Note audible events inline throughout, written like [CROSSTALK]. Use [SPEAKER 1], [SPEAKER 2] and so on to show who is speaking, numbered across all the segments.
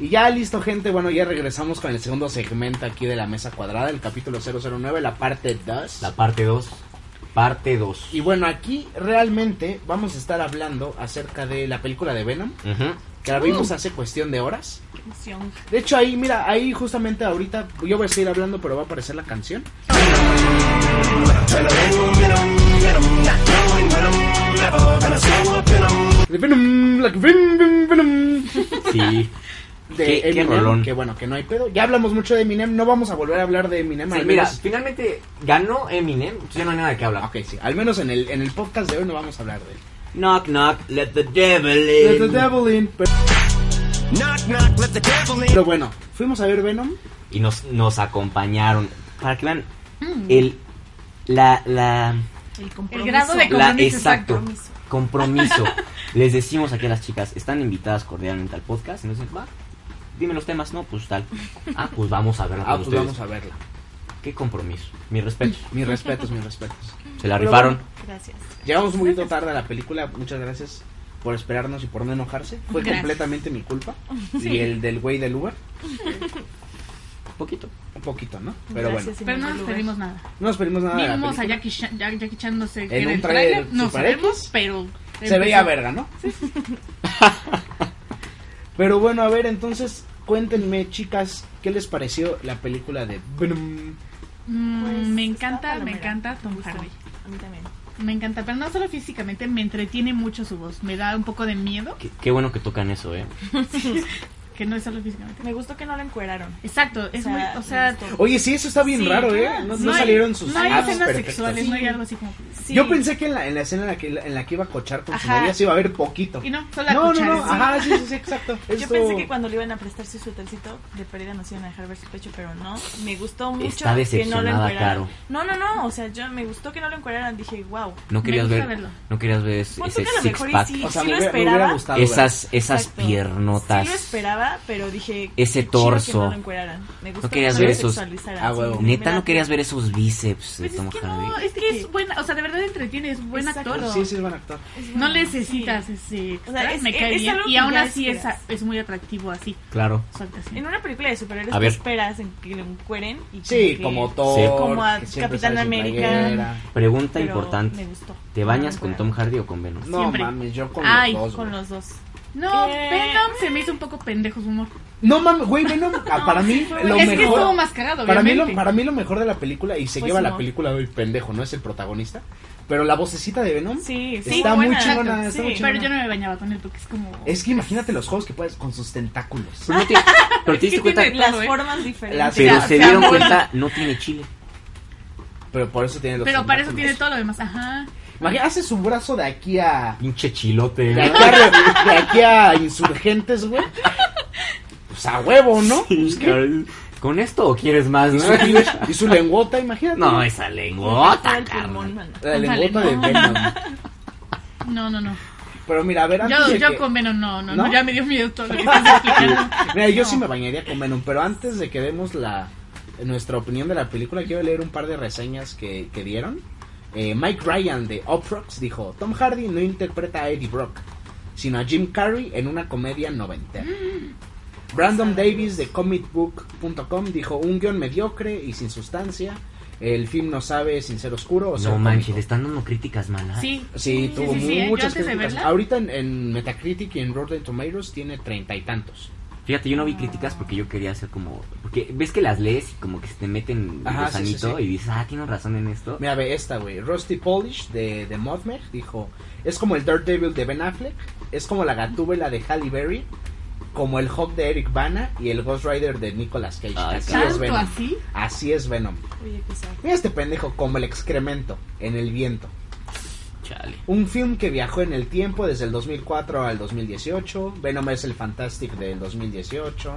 [SPEAKER 1] Y ya listo, gente. Bueno, ya regresamos con el segundo segmento aquí de la mesa cuadrada, el capítulo 009, la parte 2.
[SPEAKER 2] La parte 2. Parte 2.
[SPEAKER 1] Y bueno, aquí realmente vamos a estar hablando acerca de la película de Venom, que la vimos
[SPEAKER 2] Uh.
[SPEAKER 1] hace cuestión de horas.
[SPEAKER 3] Función.
[SPEAKER 1] De hecho, ahí, mira, ahí justamente ahorita yo voy a seguir hablando, pero va a aparecer la canción. De Venom, like Venom, Venom. [LAUGHS]
[SPEAKER 2] Sí.
[SPEAKER 1] De
[SPEAKER 2] Qué- qué
[SPEAKER 1] Eminem,
[SPEAKER 2] rolón.
[SPEAKER 1] que bueno, que no hay pedo. Ya hablamos mucho de Eminem, no vamos a volver a hablar de Eminem.
[SPEAKER 2] Sí,
[SPEAKER 1] al
[SPEAKER 2] mira,
[SPEAKER 1] menos-
[SPEAKER 2] finalmente ganó Eminem, entonces ya no hay nada que hablar.
[SPEAKER 1] Ok, sí, al menos en el, en el podcast de hoy no vamos a hablar de él.
[SPEAKER 2] Knock, knock, let the devil
[SPEAKER 1] Let
[SPEAKER 2] in.
[SPEAKER 1] the devil in, pero, pero bueno, fuimos a ver Venom.
[SPEAKER 2] Y nos, nos acompañaron. Para que vean
[SPEAKER 1] Mm.
[SPEAKER 2] el... La... la
[SPEAKER 3] El,
[SPEAKER 4] El grado de-
[SPEAKER 2] la
[SPEAKER 4] Compromiso,
[SPEAKER 2] exacto
[SPEAKER 4] exacto.
[SPEAKER 2] compromiso. Les decimos aquí a las chicas, están invitadas cordialmente al podcast, entonces va, dime los temas, no, pues tal. Ah, pues vamos a verlo
[SPEAKER 1] Ah,
[SPEAKER 2] con
[SPEAKER 1] pues
[SPEAKER 2] ustedes.
[SPEAKER 1] vamos a verla.
[SPEAKER 2] Qué compromiso. Mi respeto.
[SPEAKER 1] Mis respetos, mis respetos.
[SPEAKER 2] Se la
[SPEAKER 1] Mm. Pero
[SPEAKER 2] rifaron.
[SPEAKER 3] Gracias.
[SPEAKER 1] Llegamos un poquito tarde a la película, muchas gracias por esperarnos y por no enojarse. Fue
[SPEAKER 3] Gracias.
[SPEAKER 1] completamente mi culpa. Y el del güey del Uber,
[SPEAKER 2] Un poquito.
[SPEAKER 1] un poquito, ¿no? Pero
[SPEAKER 3] Gracias,
[SPEAKER 4] Pero no
[SPEAKER 3] señor
[SPEAKER 4] nos
[SPEAKER 3] Lugar.
[SPEAKER 4] pedimos nada.
[SPEAKER 1] bueno, no nos pedimos nada de la
[SPEAKER 4] Vimos a
[SPEAKER 1] película.
[SPEAKER 4] Jackie Chan, Ya- Jackie Chan no sé qué
[SPEAKER 1] En
[SPEAKER 4] era
[SPEAKER 1] un
[SPEAKER 4] el
[SPEAKER 1] tráiler
[SPEAKER 4] tráiler, no
[SPEAKER 1] Super
[SPEAKER 4] sabemos,
[SPEAKER 1] X.
[SPEAKER 4] pero...
[SPEAKER 1] Se veía verga, ¿no? [LAUGHS] Pero bueno, a ver, entonces cuéntenme, chicas, ¿qué les pareció la película de Venom?
[SPEAKER 4] Mm,
[SPEAKER 3] Pues, está
[SPEAKER 4] me encanta, me
[SPEAKER 3] palomera.
[SPEAKER 4] encanta Tom
[SPEAKER 3] Me gustó.
[SPEAKER 4] Hardy.
[SPEAKER 3] A mí también.
[SPEAKER 4] Me encanta, pero no solo físicamente, me entretiene mucho su voz. Me da un poco de miedo,
[SPEAKER 2] Qué, qué bueno que tocan eso, eh.
[SPEAKER 4] que no es solo físicamente.
[SPEAKER 3] Me gustó que no lo encueraron.
[SPEAKER 4] Exacto,
[SPEAKER 3] O
[SPEAKER 4] es
[SPEAKER 3] sea,
[SPEAKER 4] muy, o
[SPEAKER 3] me
[SPEAKER 4] sea,
[SPEAKER 3] gustó.
[SPEAKER 1] Oye, sí, eso está bien
[SPEAKER 4] Sí,
[SPEAKER 1] raro, ¿eh?
[SPEAKER 4] claro.
[SPEAKER 1] No,
[SPEAKER 4] No
[SPEAKER 1] no
[SPEAKER 4] hay-
[SPEAKER 1] escenas sus
[SPEAKER 4] no hay
[SPEAKER 1] abs
[SPEAKER 4] escenas
[SPEAKER 1] perfectas.
[SPEAKER 4] sexuales,
[SPEAKER 1] Sí.
[SPEAKER 4] no hay algo así como.
[SPEAKER 3] Sí.
[SPEAKER 1] Yo pensé que en la, en la escena en la, que, en la que iba a cochar con su
[SPEAKER 3] Ajá.
[SPEAKER 1] novia se iba a ver poquito.
[SPEAKER 4] Y no, solo la
[SPEAKER 1] No, no,
[SPEAKER 4] cuchara,
[SPEAKER 1] no,
[SPEAKER 4] sí.
[SPEAKER 1] ajá, sí, sí, sí, exacto.
[SPEAKER 3] [LAUGHS] Yo
[SPEAKER 1] Esto-
[SPEAKER 3] pensé que cuando le iban a prestar su suétercito de pérdida nos iban a dejar ver su pecho, pero no. Me gustó mucho
[SPEAKER 2] Está
[SPEAKER 3] que no lo
[SPEAKER 2] decepcionada,
[SPEAKER 3] encueraran.
[SPEAKER 2] Caro.
[SPEAKER 3] No, no, no. O sea, yo me gustó que no lo encueraran. Dije, wow.
[SPEAKER 2] No
[SPEAKER 4] Me
[SPEAKER 2] querías
[SPEAKER 4] gusta
[SPEAKER 2] ver,
[SPEAKER 4] verlo.
[SPEAKER 2] no querías ver ese,
[SPEAKER 3] Pon tú que a Pues lo
[SPEAKER 2] six
[SPEAKER 3] mejor y
[SPEAKER 2] pack,
[SPEAKER 3] sí.
[SPEAKER 1] O sea,
[SPEAKER 3] Sí
[SPEAKER 1] me,
[SPEAKER 3] lo
[SPEAKER 1] hubiera, me
[SPEAKER 3] esperaba.
[SPEAKER 1] hubiera gustado. ver.
[SPEAKER 2] esas, esas
[SPEAKER 3] Exacto.
[SPEAKER 2] piernotas.
[SPEAKER 3] Sí lo esperaba, pero dije.
[SPEAKER 2] Ese
[SPEAKER 3] qué chido
[SPEAKER 2] torso.
[SPEAKER 3] Que no lo encueraran. Me gustó
[SPEAKER 2] querías
[SPEAKER 3] que
[SPEAKER 2] ver
[SPEAKER 3] no lo
[SPEAKER 2] esos-
[SPEAKER 3] sexualizaran,
[SPEAKER 1] Ah,
[SPEAKER 3] sí,
[SPEAKER 1] huevo.
[SPEAKER 3] me
[SPEAKER 2] Neta,
[SPEAKER 3] late.
[SPEAKER 2] no querías ver esos bíceps de
[SPEAKER 4] Pues
[SPEAKER 2] Tom
[SPEAKER 4] es que
[SPEAKER 2] Hardy.
[SPEAKER 4] no, es que es buena, o sea, de verdad entretiene, es buen
[SPEAKER 3] Exacto.
[SPEAKER 4] actor.
[SPEAKER 1] Sí, sí, es buen actor.
[SPEAKER 3] Es bueno,
[SPEAKER 4] No necesitas ese.
[SPEAKER 3] O sea, es- e-
[SPEAKER 4] me cae
[SPEAKER 3] es
[SPEAKER 4] bien.
[SPEAKER 3] algo
[SPEAKER 4] Y
[SPEAKER 3] que
[SPEAKER 4] aún
[SPEAKER 3] ya
[SPEAKER 4] así es,
[SPEAKER 3] esperas.
[SPEAKER 4] es muy atractivo, así.
[SPEAKER 2] Claro.
[SPEAKER 4] su actuación.
[SPEAKER 3] sí. En una película de superhéroes
[SPEAKER 2] A
[SPEAKER 3] a
[SPEAKER 2] ver.
[SPEAKER 3] esperas en que lo encueren y
[SPEAKER 1] Sí,
[SPEAKER 3] que-
[SPEAKER 1] como Thor.
[SPEAKER 2] Sí.
[SPEAKER 3] Como a
[SPEAKER 1] que siempre
[SPEAKER 3] Capitán
[SPEAKER 1] sale su
[SPEAKER 3] América.
[SPEAKER 1] playera.
[SPEAKER 2] Pregunta
[SPEAKER 3] pero Me
[SPEAKER 2] importante.
[SPEAKER 3] gustó.
[SPEAKER 2] ¿Te bañas con
[SPEAKER 3] No,
[SPEAKER 2] Tom Hardy o con Venom?
[SPEAKER 1] No
[SPEAKER 4] Siempre.
[SPEAKER 1] mames, yo con
[SPEAKER 4] Ay,
[SPEAKER 1] los dos.
[SPEAKER 3] Con
[SPEAKER 1] güey.
[SPEAKER 3] los dos.
[SPEAKER 4] No,
[SPEAKER 3] Eh.
[SPEAKER 4] Venom se me hizo un poco pendejo su humor.
[SPEAKER 1] No mames, güey,
[SPEAKER 3] [LAUGHS]
[SPEAKER 1] Venom, ah, para mí lo
[SPEAKER 4] es que estuvo
[SPEAKER 1] mejor.
[SPEAKER 4] mascarado,
[SPEAKER 1] Para mí,
[SPEAKER 4] obviamente.
[SPEAKER 1] lo, para mí lo mejor de la película, y se
[SPEAKER 3] Pues
[SPEAKER 1] lleva
[SPEAKER 3] no.
[SPEAKER 1] la película del pendejo, no es el protagonista, pero la vocecita de Venom
[SPEAKER 3] Sí, sí.
[SPEAKER 1] está muy
[SPEAKER 4] buena.
[SPEAKER 1] chingona, está
[SPEAKER 3] Sí.
[SPEAKER 1] muy chingona.
[SPEAKER 4] Pero yo no me bañaba con él porque es como.
[SPEAKER 1] Es que imagínate los juegos que puedes con sus tentáculos.
[SPEAKER 2] Pero,
[SPEAKER 3] Ah.
[SPEAKER 2] no te,
[SPEAKER 3] [LAUGHS]
[SPEAKER 2] pero te diste cuenta,
[SPEAKER 4] tiene-
[SPEAKER 3] Las
[SPEAKER 4] Todo, ¿eh?
[SPEAKER 3] formas diferentes.
[SPEAKER 1] Las-
[SPEAKER 2] pero
[SPEAKER 4] Se-
[SPEAKER 2] se
[SPEAKER 4] se
[SPEAKER 2] dieron
[SPEAKER 4] amó.
[SPEAKER 2] cuenta, no tiene chile.
[SPEAKER 1] Pero por eso tiene los
[SPEAKER 4] Pero para eso tiene
[SPEAKER 1] tentáculos.
[SPEAKER 4] todo lo demás. Ajá.
[SPEAKER 1] Imagínate, hace su brazo de aquí a.
[SPEAKER 2] Pinche chilote.
[SPEAKER 1] De [LAUGHS] aquí a, de aquí a insurgentes, güey. Pues a huevo, ¿no? Pues que-
[SPEAKER 2] ¿Con esto o quieres más?
[SPEAKER 1] Y
[SPEAKER 2] No,
[SPEAKER 1] su, [LAUGHS] y su lenguota, imagínate.
[SPEAKER 2] [LAUGHS] No, esa
[SPEAKER 3] [LAUGHS] Todo
[SPEAKER 2] lengüota,
[SPEAKER 3] el pulmón,
[SPEAKER 2] carnal.
[SPEAKER 3] mano.
[SPEAKER 1] La
[SPEAKER 4] Ándale,
[SPEAKER 1] lenguota de
[SPEAKER 4] no.
[SPEAKER 1] Venom.
[SPEAKER 4] No, no, no.
[SPEAKER 1] Pero mira, a ver, antes
[SPEAKER 4] Yo,
[SPEAKER 1] de
[SPEAKER 4] yo
[SPEAKER 1] que...
[SPEAKER 4] con Venom no, no, no,
[SPEAKER 1] ¿No?
[SPEAKER 4] Ya me dio miedo todo lo
[SPEAKER 1] [LAUGHS]
[SPEAKER 4] que estás explicando.
[SPEAKER 1] Mira, yo
[SPEAKER 4] No.
[SPEAKER 1] sí me bañaría con Venom, pero antes de que demos la nuestra opinión de la película, quiero leer un par de reseñas que, que dieron. Eh, Mike Ryan de Oprox dijo, Tom Hardy no interpreta a Eddie Brock, sino a Jim Carrey en una comedia noventera.
[SPEAKER 4] Mm.
[SPEAKER 1] Brandon Davis de comicbook.com dijo, un guión mediocre y sin sustancia, el film no sabe sin ser oscuro o ser
[SPEAKER 2] No manches, este-
[SPEAKER 1] cómico".
[SPEAKER 2] le están dando críticas malas.
[SPEAKER 4] Sí.
[SPEAKER 1] Sí, tuvo
[SPEAKER 4] sí, sí, ¿eh? Yo
[SPEAKER 1] muchas
[SPEAKER 4] antes de
[SPEAKER 1] críticas.
[SPEAKER 4] verla-
[SPEAKER 1] Ahorita en, en Metacritic y en Rotten Tomatoes tiene treinta y tantos.
[SPEAKER 2] Fíjate, yo no vi críticas porque yo quería hacer como. Porque ves que las lees y como que se te meten el
[SPEAKER 1] Ajá, sí, sí,
[SPEAKER 2] gusanito
[SPEAKER 1] sí.
[SPEAKER 2] y dices, ah, tienes razón en esto.
[SPEAKER 1] Mira, ve esta, güey. Rusty Polish de, de Mothmeg dijo: Es como el Daredevil de Ben Affleck, es como la Gatúbela de Halle Berry, como el Hawk de Eric Bana y el Ghost Rider de Nicolas Cage.
[SPEAKER 2] Ay,
[SPEAKER 1] así
[SPEAKER 2] cabrón.
[SPEAKER 1] es
[SPEAKER 4] ¿Tanto
[SPEAKER 1] Venom.
[SPEAKER 4] así?
[SPEAKER 1] Así es Venom.
[SPEAKER 3] Oye, qué sad.
[SPEAKER 1] Mira este pendejo como el excremento en el viento.
[SPEAKER 2] Chale.
[SPEAKER 1] Un film que viajó en el tiempo desde el 2004 al 2018. Venom es el Fantastic del 2018.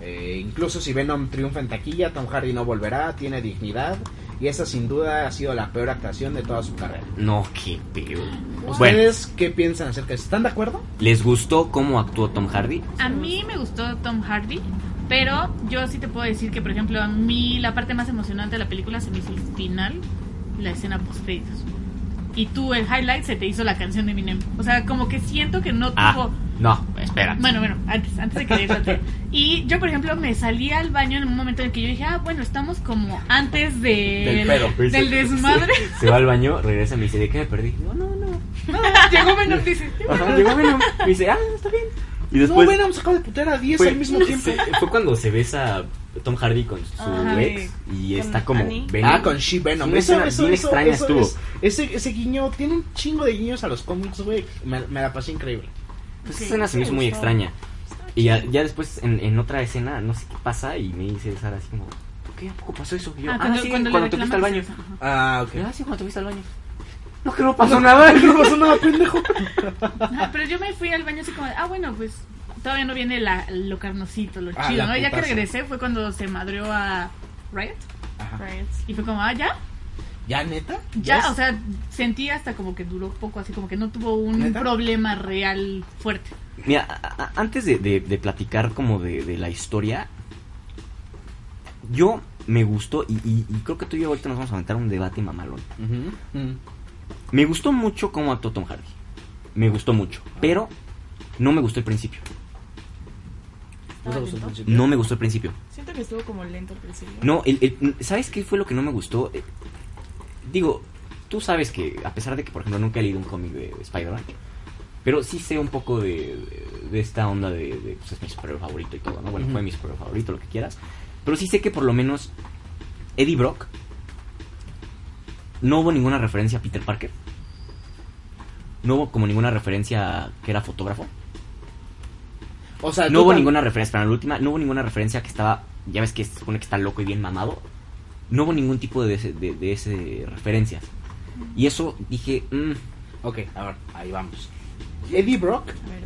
[SPEAKER 1] Eh, incluso si Venom triunfa en taquilla, Tom Hardy no volverá, tiene dignidad. Y esa sin duda ha sido la peor actuación de toda su carrera.
[SPEAKER 2] No, qué peor. Bueno,
[SPEAKER 1] ¿Ustedes qué piensan acerca de esto? ¿Están de acuerdo?
[SPEAKER 2] ¿les gustó cómo actuó Tom Hardy?
[SPEAKER 4] A mí me gustó Tom Hardy. Pero yo sí te puedo decir que, por ejemplo, a mí la parte más emocionante de la película se me hizo el final, la escena post créditos. Y tú, el highlight, se te hizo la canción de Eminem. O sea, como que siento que no
[SPEAKER 2] Ah,
[SPEAKER 4] tuvo...
[SPEAKER 2] no, espera.
[SPEAKER 4] Oh. Bueno, bueno, antes, antes de que digas [LAUGHS] tú. Y yo, por ejemplo, me salí al baño en un momento en el que yo dije, ah, bueno, estamos como antes de-
[SPEAKER 2] Del pedo.
[SPEAKER 4] del, desmadre.
[SPEAKER 2] [LAUGHS] Se va al baño, regresa y me dice, ¿de qué me perdí? No, no, no.
[SPEAKER 4] [LAUGHS] Llegó Venom, dice.
[SPEAKER 2] Ajá, llegó Venom. Me dice, ah, está bien. Y
[SPEAKER 1] No,
[SPEAKER 2] después
[SPEAKER 1] Venom sacó de putear a 10
[SPEAKER 2] fue,
[SPEAKER 1] al
[SPEAKER 2] [LAUGHS]
[SPEAKER 1] mismo tiempo.
[SPEAKER 2] se- fue cuando se besa Tom Hardy con su
[SPEAKER 3] Ajá,
[SPEAKER 2] ex y
[SPEAKER 3] con
[SPEAKER 2] está como
[SPEAKER 3] Annie.
[SPEAKER 2] Venom.
[SPEAKER 1] Ah, con She Venom.
[SPEAKER 2] Sí, una escena bien extraña estuvo.
[SPEAKER 1] es- ese, ese guiño tiene un chingo de guiños a los cómics, güey. Me, me la pasé increíble.
[SPEAKER 2] Pues
[SPEAKER 4] Ok,
[SPEAKER 2] esa escena se me
[SPEAKER 3] sí,
[SPEAKER 2] hizo muy
[SPEAKER 3] está-
[SPEAKER 2] extraña. Y ya, ya después en, en otra escena, no sé qué pasa, y me dice Sara así como, ¿por qué? ¿A poco pasó eso? Y yo, ah, sí, cuando, te fuiste al baño.
[SPEAKER 1] Ah,
[SPEAKER 2] Y yo, Ah, sí, cuando te fuiste al baño. No, que no pasó nada. [LAUGHS]
[SPEAKER 1] No pasó nada, pendejo.
[SPEAKER 4] Ajá, pero yo me fui al baño así como, ah, bueno, pues todavía no viene la, lo carnosito, lo
[SPEAKER 1] Ah,
[SPEAKER 4] chido,
[SPEAKER 1] la
[SPEAKER 4] ¿no? Y ya que
[SPEAKER 1] putaza.
[SPEAKER 4] regresé fue cuando se madreó a Riot.
[SPEAKER 1] Ajá.
[SPEAKER 3] Riots.
[SPEAKER 4] Y fue como, ah, ya,
[SPEAKER 1] ¿Ya, neta?
[SPEAKER 4] ya,
[SPEAKER 1] es-
[SPEAKER 4] o sea, sentí hasta como que duró poco, así como que no tuvo un
[SPEAKER 1] ¿Neta?
[SPEAKER 4] problema real fuerte.
[SPEAKER 2] Mira, a- a- antes de, de- de platicar como de, de la historia, yo me gustó, y, y- y creo que tú y yo ahorita nos vamos a aventar un debate mamalón.
[SPEAKER 1] Ujú, ujú.
[SPEAKER 2] Me gustó mucho cómo actuó Tom Hardy. Me gustó mucho, pero no me gustó el principio.
[SPEAKER 1] ¿No te gustó el
[SPEAKER 3] Estaba lento.
[SPEAKER 1] principio?
[SPEAKER 2] No me gustó el principio.
[SPEAKER 3] Siento que estuvo como lento al principio.
[SPEAKER 2] No, el- el- ¿sabes qué fue lo que no me gustó? Eh, Digo, tú sabes que, a pesar de que, por ejemplo, nunca he leído un cómic de Spider-Man, pero sí sé un poco de, de- de esta onda de, de, pues, es mi superhéroe favorito y todo, ¿no? Bueno,
[SPEAKER 1] Ujú.
[SPEAKER 2] fue mi superhéroe favorito, lo que quieras. Pero sí sé que, por lo menos, Eddie Brock no hubo ninguna referencia a Peter Parker. No hubo como ninguna referencia a que era fotógrafo.
[SPEAKER 1] O sea,
[SPEAKER 2] No
[SPEAKER 1] tú
[SPEAKER 2] hubo
[SPEAKER 1] tam-
[SPEAKER 2] ninguna referencia, para la última, no hubo ninguna referencia que estaba, ya ves que se supone que está loco y bien mamado. No hubo ningún tipo de, ese- de, de ese referencias. Y eso dije, mm,
[SPEAKER 1] Ok, a ver, ahí vamos. Eddie Brock.
[SPEAKER 3] A ver,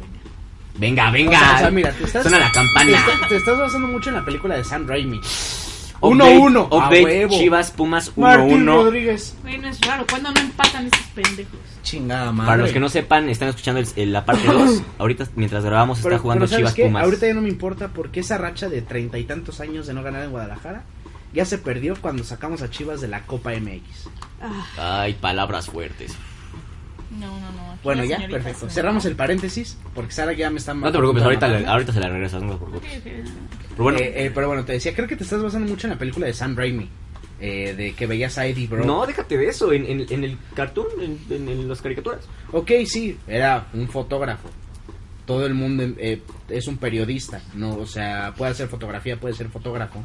[SPEAKER 2] venga,
[SPEAKER 3] venga.
[SPEAKER 2] venga.
[SPEAKER 1] O sea, o sea, mira, te estás-
[SPEAKER 2] Suena la
[SPEAKER 1] Te,
[SPEAKER 2] campana.
[SPEAKER 1] está- te estás basando mucho en la película de Sam Raimi.
[SPEAKER 2] Update,
[SPEAKER 1] 1-1. A
[SPEAKER 2] update,
[SPEAKER 1] huevo.
[SPEAKER 2] Chivas, Pumas,
[SPEAKER 1] Martín
[SPEAKER 2] 1-1.
[SPEAKER 1] Rodríguez.
[SPEAKER 4] Güey, no es raro, cuando no empatan esos pendejos?
[SPEAKER 1] Chingada madre.
[SPEAKER 2] Para los que no sepan, están escuchando el- el- la
[SPEAKER 1] [CLEARS THROAT]
[SPEAKER 2] parte 2. Ahorita, mientras grabamos, está
[SPEAKER 1] Pero-
[SPEAKER 2] jugando
[SPEAKER 1] pero ¿sabes
[SPEAKER 2] Chivas,
[SPEAKER 1] qué?
[SPEAKER 2] Pumas.
[SPEAKER 1] Ahorita ya no me importa porque esa racha de treinta y tantos años de no ganar en Guadalajara ya se perdió cuando sacamos a Chivas de la Copa MX.
[SPEAKER 3] Ah,
[SPEAKER 2] Ay, palabras fuertes.
[SPEAKER 3] no, no, no. Aquí
[SPEAKER 1] Bueno,
[SPEAKER 3] las
[SPEAKER 1] ya,
[SPEAKER 3] señoritas
[SPEAKER 1] perfecto.
[SPEAKER 3] no.
[SPEAKER 1] Cerramos el paréntesis porque Sara ya me está
[SPEAKER 2] No te preocupes, ahorita, le-
[SPEAKER 1] matando.
[SPEAKER 2] ahorita se la regresas, no te preocupes. Pero bueno,
[SPEAKER 1] Eh, eh, pero bueno, te decía, creo que te estás basando mucho en la película de Sam Raimi. eh, de que veías a Eddie Brock.
[SPEAKER 2] no, déjate de eso. En, en- en el cartoon, en- en- en las caricaturas.
[SPEAKER 1] Ok, sí, era un fotógrafo. Todo el mundo eh, es un periodista, ¿no? O sea, puede hacer fotografía, puede ser fotógrafo.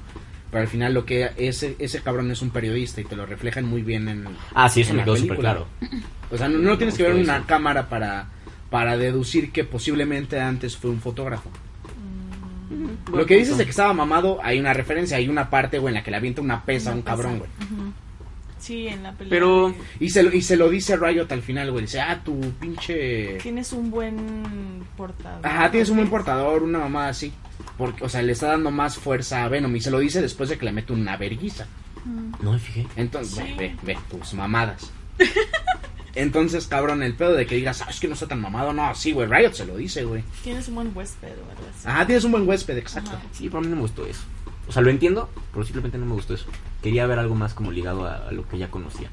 [SPEAKER 1] Pero al final lo que ese, ese cabrón es un periodista y te lo reflejan muy bien en...
[SPEAKER 2] Ah, sí, eso
[SPEAKER 1] en
[SPEAKER 2] me
[SPEAKER 1] la
[SPEAKER 2] quedó
[SPEAKER 1] película.
[SPEAKER 2] súper claro.
[SPEAKER 1] O sea, no, no tienes que ver
[SPEAKER 2] Me
[SPEAKER 1] una
[SPEAKER 2] gustó eso.
[SPEAKER 1] cámara para, para deducir que posiblemente antes fue un fotógrafo. Lo que dices de que estaba mamado, hay una referencia, hay una parte, güey, en la que le avienta una pesa a
[SPEAKER 3] Una
[SPEAKER 1] un cabrón,
[SPEAKER 3] pesa.
[SPEAKER 1] güey.
[SPEAKER 3] Ujú. Sí, en la pelea.
[SPEAKER 2] Pero-
[SPEAKER 3] de-
[SPEAKER 1] Y se, lo- y se lo dice Riot al final, güey. Dice, ah, tu pinche...
[SPEAKER 3] Tienes un buen portador.
[SPEAKER 1] Ajá, tienes un buen portador, una mamada así. Porque, o sea, le está dando más fuerza a Venom y se lo dice después de que le mete una verguiza.
[SPEAKER 2] No me fijé.
[SPEAKER 1] Entonces,
[SPEAKER 3] Sí.
[SPEAKER 1] ve, ve, ve, tus mamadas. Entonces, cabrón, el pedo de que digas, ah, es que no está tan mamado. No, sí, güey, Riot se lo dice, güey.
[SPEAKER 3] Tienes un buen huésped o algo así.
[SPEAKER 1] Ajá, tienes un buen huésped, Ah, exacto.
[SPEAKER 3] Ajá.
[SPEAKER 2] Sí, pero a mí no me gustó eso. O sea, lo entiendo, pero simplemente no me gustó eso. Quería ver algo más como ligado a, a lo que ya conocía.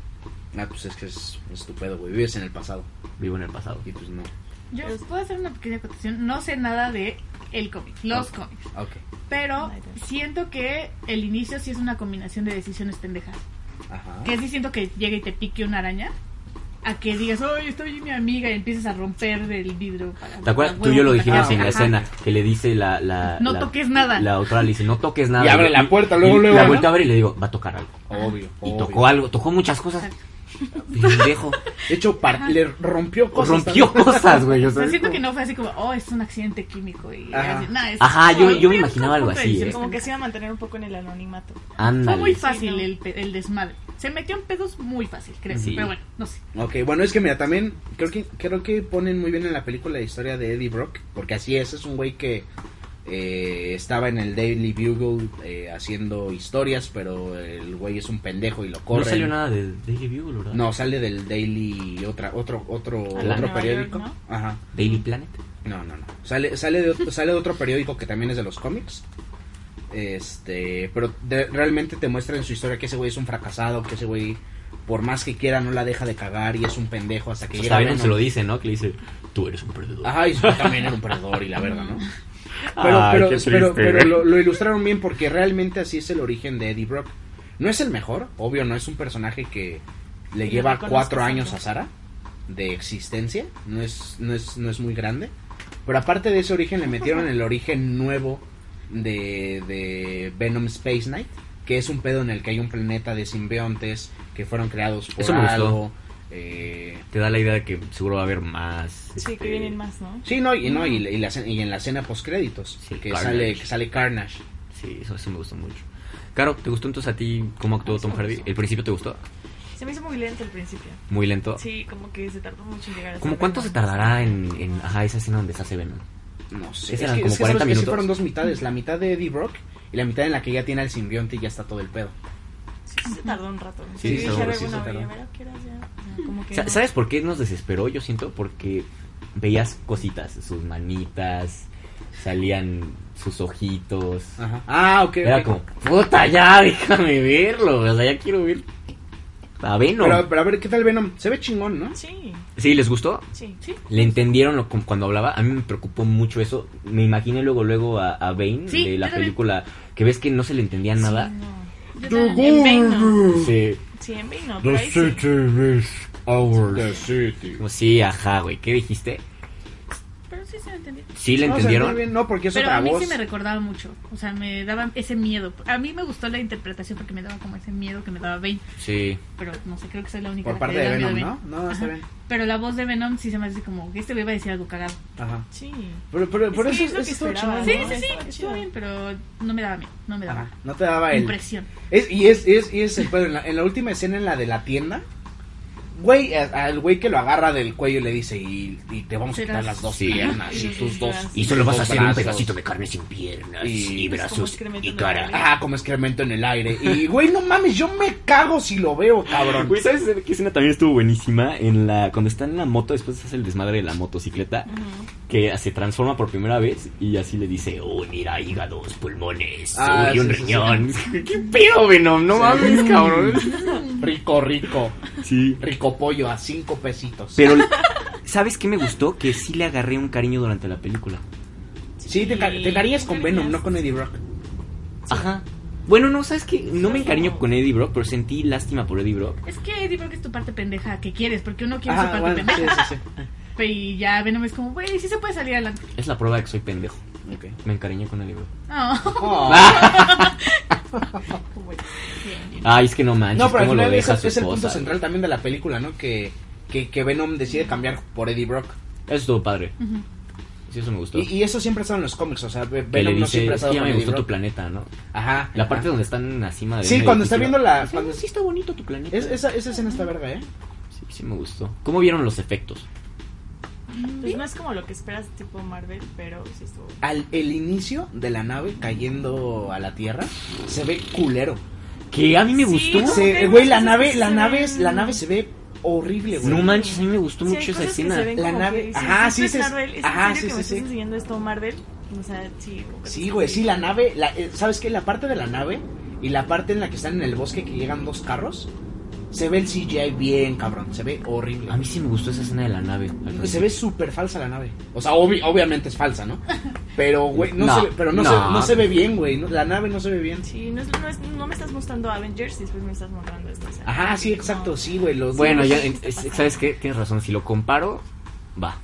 [SPEAKER 1] Ah, pues es que es estupendo, güey. Vives en el pasado.
[SPEAKER 2] Vivo en el pasado.
[SPEAKER 1] Y pues no.
[SPEAKER 4] Yo puedo hacer una pequeña acotación. No sé nada de el cómic, los
[SPEAKER 1] Ok.
[SPEAKER 4] cómics.
[SPEAKER 1] Ok.
[SPEAKER 4] Pero
[SPEAKER 3] Neither.
[SPEAKER 4] siento que el inicio sí es una combinación de decisiones pendejas.
[SPEAKER 2] Ah.
[SPEAKER 1] Ajá.
[SPEAKER 4] Que es distinto que llegue y te pique una araña a que digas, oye, estoy mi amiga y empieces a romper del vidrio. Para,
[SPEAKER 2] ¿Te acuerdas?
[SPEAKER 4] para
[SPEAKER 2] Tú y yo lo
[SPEAKER 4] huevo,
[SPEAKER 2] dijimos
[SPEAKER 4] para-
[SPEAKER 2] en la
[SPEAKER 4] Ah, Ajá.
[SPEAKER 2] escena que le dice la. la
[SPEAKER 4] No
[SPEAKER 2] la-
[SPEAKER 4] toques nada.
[SPEAKER 2] La autora le dice, no toques nada.
[SPEAKER 1] Y abre
[SPEAKER 2] yo-
[SPEAKER 1] la puerta, luego,
[SPEAKER 2] y
[SPEAKER 1] luego,
[SPEAKER 2] La
[SPEAKER 1] ¿no?
[SPEAKER 2] vuelta a abrir y le digo, va a tocar algo.
[SPEAKER 1] Obvio.
[SPEAKER 2] Y
[SPEAKER 1] obvio.
[SPEAKER 2] tocó algo, tocó muchas cosas. Pendejo.
[SPEAKER 1] De hecho, par-
[SPEAKER 4] Ajá.
[SPEAKER 1] le rompió cosas.
[SPEAKER 2] Rompió cosas, güey. o
[SPEAKER 4] O sea,
[SPEAKER 2] sea,
[SPEAKER 4] siento
[SPEAKER 2] es
[SPEAKER 4] que
[SPEAKER 2] como-
[SPEAKER 4] no fue así como, oh, es un accidente químico. Y
[SPEAKER 1] Ajá.
[SPEAKER 4] así, "Nah, es-
[SPEAKER 2] Ajá, yo- yo me
[SPEAKER 4] es
[SPEAKER 2] imaginaba algo
[SPEAKER 4] un
[SPEAKER 2] así,
[SPEAKER 4] punto de
[SPEAKER 2] ¿eh?
[SPEAKER 3] Como que se
[SPEAKER 4] decisiones
[SPEAKER 3] iba a mantener un poco en el anonimato.
[SPEAKER 4] Fue muy
[SPEAKER 2] Ándale.
[SPEAKER 4] fácil
[SPEAKER 3] Sí, no.
[SPEAKER 4] el, pe- el desmadre. Se metió en pedos muy fácil, creo.
[SPEAKER 2] Sí.
[SPEAKER 4] Pero bueno, no sé.
[SPEAKER 1] Ok, bueno, es que mira, también creo que creo que ponen muy bien en la película la historia de Eddie Brock, porque así es, es un güey que eh, estaba en el Daily Bugle eh, haciendo historias, pero el güey es un pendejo y lo corre.
[SPEAKER 2] No salió nada de Daily Bugle, ¿verdad?
[SPEAKER 1] No, sale del Daily otra otro otro
[SPEAKER 3] Alan
[SPEAKER 1] otro
[SPEAKER 3] Nueva
[SPEAKER 1] periódico.
[SPEAKER 3] York,
[SPEAKER 1] Ajá.
[SPEAKER 2] Daily Planet.
[SPEAKER 1] No, no, no. Sale sale de otro, sale de otro periódico que también es de los cómics. Este, pero de- realmente te muestra en su historia que ese güey es un fracasado, que ese güey, por más que quiera, no la deja de cagar y es un pendejo hasta que llega.
[SPEAKER 2] Está bien,
[SPEAKER 1] Venom.
[SPEAKER 2] Pues se lo dice, ¿no? Que le dice, tú eres un perdedor.
[SPEAKER 1] Ajá, y su- también era un perdedor y la verga,
[SPEAKER 2] [LAUGHS]
[SPEAKER 1] ¿no? Pero, pero,
[SPEAKER 2] qué triste, ¿eh?
[SPEAKER 1] pero, pero
[SPEAKER 2] güey.
[SPEAKER 1] lo, lo ilustraron bien porque realmente así es el origen de Eddie Brock. No es el mejor, obvio, no es un personaje que le
[SPEAKER 4] Que
[SPEAKER 1] lleva
[SPEAKER 4] reconozcas
[SPEAKER 1] cuatro
[SPEAKER 4] tanto.
[SPEAKER 1] años a Sara de existencia, no es, no, es, no es muy grande. Pero aparte de ese origen, le metieron el origen nuevo de, de Venom Space Knight, que es un pedo en el que hay un planeta de simbiontes que fueron creados por
[SPEAKER 2] Eso me gustó.
[SPEAKER 1] algo. eh,
[SPEAKER 2] Te da la idea de que seguro va a haber más.
[SPEAKER 3] Sí, que
[SPEAKER 2] este,
[SPEAKER 3] vienen más, ¿no?
[SPEAKER 1] sí, no, y, no, y, y la ce- y en la escena postcréditos,
[SPEAKER 2] Mm. Sí,
[SPEAKER 1] que,
[SPEAKER 2] Carnage.
[SPEAKER 1] sale, que sale Carnage.
[SPEAKER 2] Sí, eso, eso me gustó mucho. Caro, ¿te gustó entonces a ti cómo actuó Tom Hardy? ¿El principio te gustó?
[SPEAKER 3] Se me hizo muy lento al principio.
[SPEAKER 2] ¿Muy lento?
[SPEAKER 3] Sí, como que se tardó mucho en llegar a
[SPEAKER 2] ¿Cómo
[SPEAKER 3] ser
[SPEAKER 2] cuánto se
[SPEAKER 3] Venom.
[SPEAKER 2] tardará en, en ajá, esa escena donde se hace Venom?
[SPEAKER 1] No sé.
[SPEAKER 2] ¿Qué
[SPEAKER 1] Es que,
[SPEAKER 2] serán,
[SPEAKER 1] es
[SPEAKER 2] como
[SPEAKER 1] que
[SPEAKER 2] 40
[SPEAKER 1] sabes que sí
[SPEAKER 2] minutos?
[SPEAKER 1] fueron dos mitades. La mitad de Eddie Brock y la mitad en la que ya tiene al simbionte y ya está todo el pedo.
[SPEAKER 3] Sí, sí se tardó un rato.
[SPEAKER 2] Sí,
[SPEAKER 3] Sí,
[SPEAKER 2] sí,
[SPEAKER 3] sí,
[SPEAKER 2] seguro,
[SPEAKER 1] sí, se tardó.
[SPEAKER 3] Como que
[SPEAKER 2] Sa-
[SPEAKER 3] no.
[SPEAKER 2] ¿Sabes por qué nos desesperó? Yo siento porque veías cositas, sus manitas, salían sus ojitos.
[SPEAKER 1] Ajá. Ah, ok.
[SPEAKER 2] Era
[SPEAKER 1] ok.
[SPEAKER 2] como, puta, ya, [LAUGHS] déjame verlo. O sea, ya quiero ver a Venom.
[SPEAKER 1] Pero, pero a ver, ¿qué tal Venom? Se ve chingón, ¿no?
[SPEAKER 3] Sí,
[SPEAKER 2] ¿Sí? ¿Les gustó?
[SPEAKER 3] sí.
[SPEAKER 4] Sí.
[SPEAKER 2] ¿Le entendieron lo- como cuando hablaba? A mí me preocupó mucho eso. Me imaginé luego luego a, a Bane
[SPEAKER 4] Sí,
[SPEAKER 2] de
[SPEAKER 4] yo
[SPEAKER 2] la
[SPEAKER 4] también.
[SPEAKER 2] película que ves que no se le entendía nada.
[SPEAKER 3] Sí, no.
[SPEAKER 4] Yo
[SPEAKER 1] The
[SPEAKER 4] también-
[SPEAKER 3] En Venom.
[SPEAKER 4] Mm.
[SPEAKER 1] Guru.
[SPEAKER 2] Sí.
[SPEAKER 3] Sí, en Bane no, pero ahí sí.
[SPEAKER 1] The City.
[SPEAKER 2] Como, sí, ajá, güey. ¿Qué dijiste?
[SPEAKER 4] Pero sí se me entendió.
[SPEAKER 2] ¿Sí le
[SPEAKER 1] No, se
[SPEAKER 2] entendieron?
[SPEAKER 1] ve bien, no, porque es
[SPEAKER 4] Pero
[SPEAKER 1] otra
[SPEAKER 4] a mí
[SPEAKER 1] voz.
[SPEAKER 4] sí me recordaba mucho. O sea, me daba ese miedo. A mí me gustó la interpretación porque me daba como ese miedo que me daba Bane.
[SPEAKER 2] Sí.
[SPEAKER 4] Pero no sé, creo que soy la única
[SPEAKER 1] Por
[SPEAKER 4] a la
[SPEAKER 1] parte
[SPEAKER 4] que le
[SPEAKER 1] de
[SPEAKER 4] da miedo
[SPEAKER 1] Venom,
[SPEAKER 4] a
[SPEAKER 1] ¿no?
[SPEAKER 4] Bane.
[SPEAKER 1] No, está
[SPEAKER 4] Ajá.
[SPEAKER 1] bien.
[SPEAKER 4] Pero la voz de Venom sí se me hace como que este güey va a decir algo cagado.
[SPEAKER 1] Ajá.
[SPEAKER 3] Sí.
[SPEAKER 1] Pero, pero, pero
[SPEAKER 3] Es
[SPEAKER 1] eso,
[SPEAKER 3] que es lo
[SPEAKER 1] eso
[SPEAKER 3] que
[SPEAKER 1] estuvo
[SPEAKER 3] esperaba,
[SPEAKER 1] chingón,
[SPEAKER 4] Sí,
[SPEAKER 1] ¿no?
[SPEAKER 4] sí, sí,
[SPEAKER 3] Estaba
[SPEAKER 4] estuvo
[SPEAKER 3] Ah, chido.
[SPEAKER 4] bien, pero no me daba miedo, no me daba
[SPEAKER 1] Ajá. No te daba Ah, el...
[SPEAKER 4] impresión.
[SPEAKER 1] Es, y es, es, y es el pedo. En la, en la última escena, en la de la tienda... Güey, a- al güey que lo agarra del cuello le dice, y, y te vamos a quitar
[SPEAKER 4] Serás-
[SPEAKER 1] las dos
[SPEAKER 2] Sí.
[SPEAKER 1] piernas y
[SPEAKER 3] Sí,
[SPEAKER 1] tus dos...
[SPEAKER 3] serás-
[SPEAKER 2] Y solo vas a
[SPEAKER 1] tus
[SPEAKER 2] hacer un
[SPEAKER 1] brazos".
[SPEAKER 2] pedacito de carne sin piernas
[SPEAKER 1] Y-
[SPEAKER 2] y,
[SPEAKER 3] Es Pues como
[SPEAKER 2] brazos
[SPEAKER 3] excremento
[SPEAKER 2] y
[SPEAKER 3] en la
[SPEAKER 2] cara.
[SPEAKER 3] nariz.
[SPEAKER 1] Ah, como excremento en el aire. Y, güey, no mames, yo me cago si lo veo, cabrón.
[SPEAKER 2] Güey, ¿sabes qué escena también estuvo buenísima? En la, cuando está en la moto, después hace el desmadre de la motocicleta,
[SPEAKER 3] Ujú.
[SPEAKER 2] que se transforma por primera vez y así le dice, oh, mira, hígados, pulmones,
[SPEAKER 1] Ah,
[SPEAKER 2] uy, un
[SPEAKER 1] sí, sí, sí. [LAUGHS]
[SPEAKER 2] riñón. ¿Qué pedo, Venom? No
[SPEAKER 1] Sí.
[SPEAKER 2] mames, cabrón.
[SPEAKER 1] Rico, rico.
[SPEAKER 2] Sí.
[SPEAKER 1] Rico pollo a cinco pesitos.
[SPEAKER 2] Pero, ¿sabes qué me gustó? Que sí le agarré un cariño durante la película.
[SPEAKER 1] Sí, te, ca- te cariñas con Venom, no con Eddie Brock.
[SPEAKER 2] Ajá. Bueno, no, ¿sabes qué? No me encariño con Eddie Brock, pero sentí lástima por Eddie Brock.
[SPEAKER 4] Es que Eddie Brock es tu parte pendeja que quieres, porque uno quiere su
[SPEAKER 1] Ah,
[SPEAKER 4] parte
[SPEAKER 1] bueno, sí,
[SPEAKER 4] pendeja.
[SPEAKER 1] sí,
[SPEAKER 4] Y ya Venom es como, güey, sí se puede salir adelante.
[SPEAKER 2] Es la prueba de que soy pendejo.
[SPEAKER 1] sí. Ok.
[SPEAKER 2] Me encariñé con Eddie Brock.
[SPEAKER 4] No.
[SPEAKER 1] Oh.
[SPEAKER 2] Ay, es que no manches,
[SPEAKER 1] no, pero al
[SPEAKER 2] ¿cómo lo
[SPEAKER 1] final
[SPEAKER 2] deja
[SPEAKER 1] ese-
[SPEAKER 2] su
[SPEAKER 1] es el punto
[SPEAKER 2] esposa?
[SPEAKER 1] central también de la película, ¿no? Que, que, que Venom decide cambiar por Eddie Brock.
[SPEAKER 2] Eso estuvo padre.
[SPEAKER 4] Ujú.
[SPEAKER 2] Sí, eso me gustó.
[SPEAKER 1] Y, y eso siempre ha estado en los cómics, o sea, Ve-
[SPEAKER 2] que le
[SPEAKER 1] Venom no
[SPEAKER 2] dice,
[SPEAKER 1] siempre ha
[SPEAKER 2] es
[SPEAKER 1] estado
[SPEAKER 2] que ya
[SPEAKER 1] con
[SPEAKER 2] me
[SPEAKER 1] Eddie
[SPEAKER 2] gustó tu
[SPEAKER 1] Brock.
[SPEAKER 2] planeta, ¿no?
[SPEAKER 1] Ajá.
[SPEAKER 2] La parte
[SPEAKER 1] ajá.
[SPEAKER 2] donde están encima de...
[SPEAKER 1] Sí,
[SPEAKER 2] un
[SPEAKER 1] cuando está
[SPEAKER 2] edificio.
[SPEAKER 1] viendo la-
[SPEAKER 2] Ah, Sí,
[SPEAKER 1] cuando-
[SPEAKER 2] sí está bonito tu planeta.
[SPEAKER 1] Es- esa, esa escena está verga, ¿eh?
[SPEAKER 2] Sí, sí me gustó. ¿Cómo vieron los efectos?
[SPEAKER 3] Pues no es como lo que esperas tipo Marvel, pero sí estuvo.
[SPEAKER 1] Al el inicio de la nave cayendo a la Tierra se ve culero.
[SPEAKER 2] Que a mí me
[SPEAKER 3] Sí,
[SPEAKER 2] gustó.
[SPEAKER 1] Se-
[SPEAKER 3] Ok,
[SPEAKER 1] güey, la
[SPEAKER 3] entonces
[SPEAKER 1] nave,
[SPEAKER 3] sí
[SPEAKER 1] la
[SPEAKER 3] se
[SPEAKER 1] nave,
[SPEAKER 3] ven-
[SPEAKER 1] es- la nave se ve horrible, güey.
[SPEAKER 2] No manches, a mí me gustó mucho esa escena.
[SPEAKER 1] La
[SPEAKER 3] la
[SPEAKER 1] nave-
[SPEAKER 3] nave.
[SPEAKER 1] ajá, sí, sí,
[SPEAKER 3] es Marvel. ¿Es
[SPEAKER 1] ajá,
[SPEAKER 3] en
[SPEAKER 1] sí,
[SPEAKER 3] serio que
[SPEAKER 1] sí,
[SPEAKER 3] me estás
[SPEAKER 1] sí.
[SPEAKER 3] enseñando esto Marvel? O sea, sí. como que
[SPEAKER 1] Sí,
[SPEAKER 3] está
[SPEAKER 1] güey,
[SPEAKER 3] muy-
[SPEAKER 1] sí, la nave, la- eh, ¿sabes qué? La parte de la nave y la parte en la que están en el bosque que llegan dos carros, se ve el CGI bien, cabrón, se ve horrible.
[SPEAKER 2] A mí sí me gustó esa escena de la nave. al principio.
[SPEAKER 1] Se ve súper falsa la nave. O sea, obvi- obviamente es falsa,
[SPEAKER 2] [LAUGHS]
[SPEAKER 1] ¿no? Pero, güey, no,
[SPEAKER 2] No,
[SPEAKER 1] se ve, pero no,
[SPEAKER 2] no.
[SPEAKER 1] Se, no se ve bien, güey. no- la nave no se ve bien.
[SPEAKER 3] Sí, no, es, no, es- no me estás mostrando Avengers y después me estás mostrando esto. o sea,
[SPEAKER 1] Ajá, sí,
[SPEAKER 3] no,
[SPEAKER 1] exacto, pues, sí, güey. Los,
[SPEAKER 2] Bueno, ya, en- es- ¿sabes qué? Tienes razón, si lo comparo, va.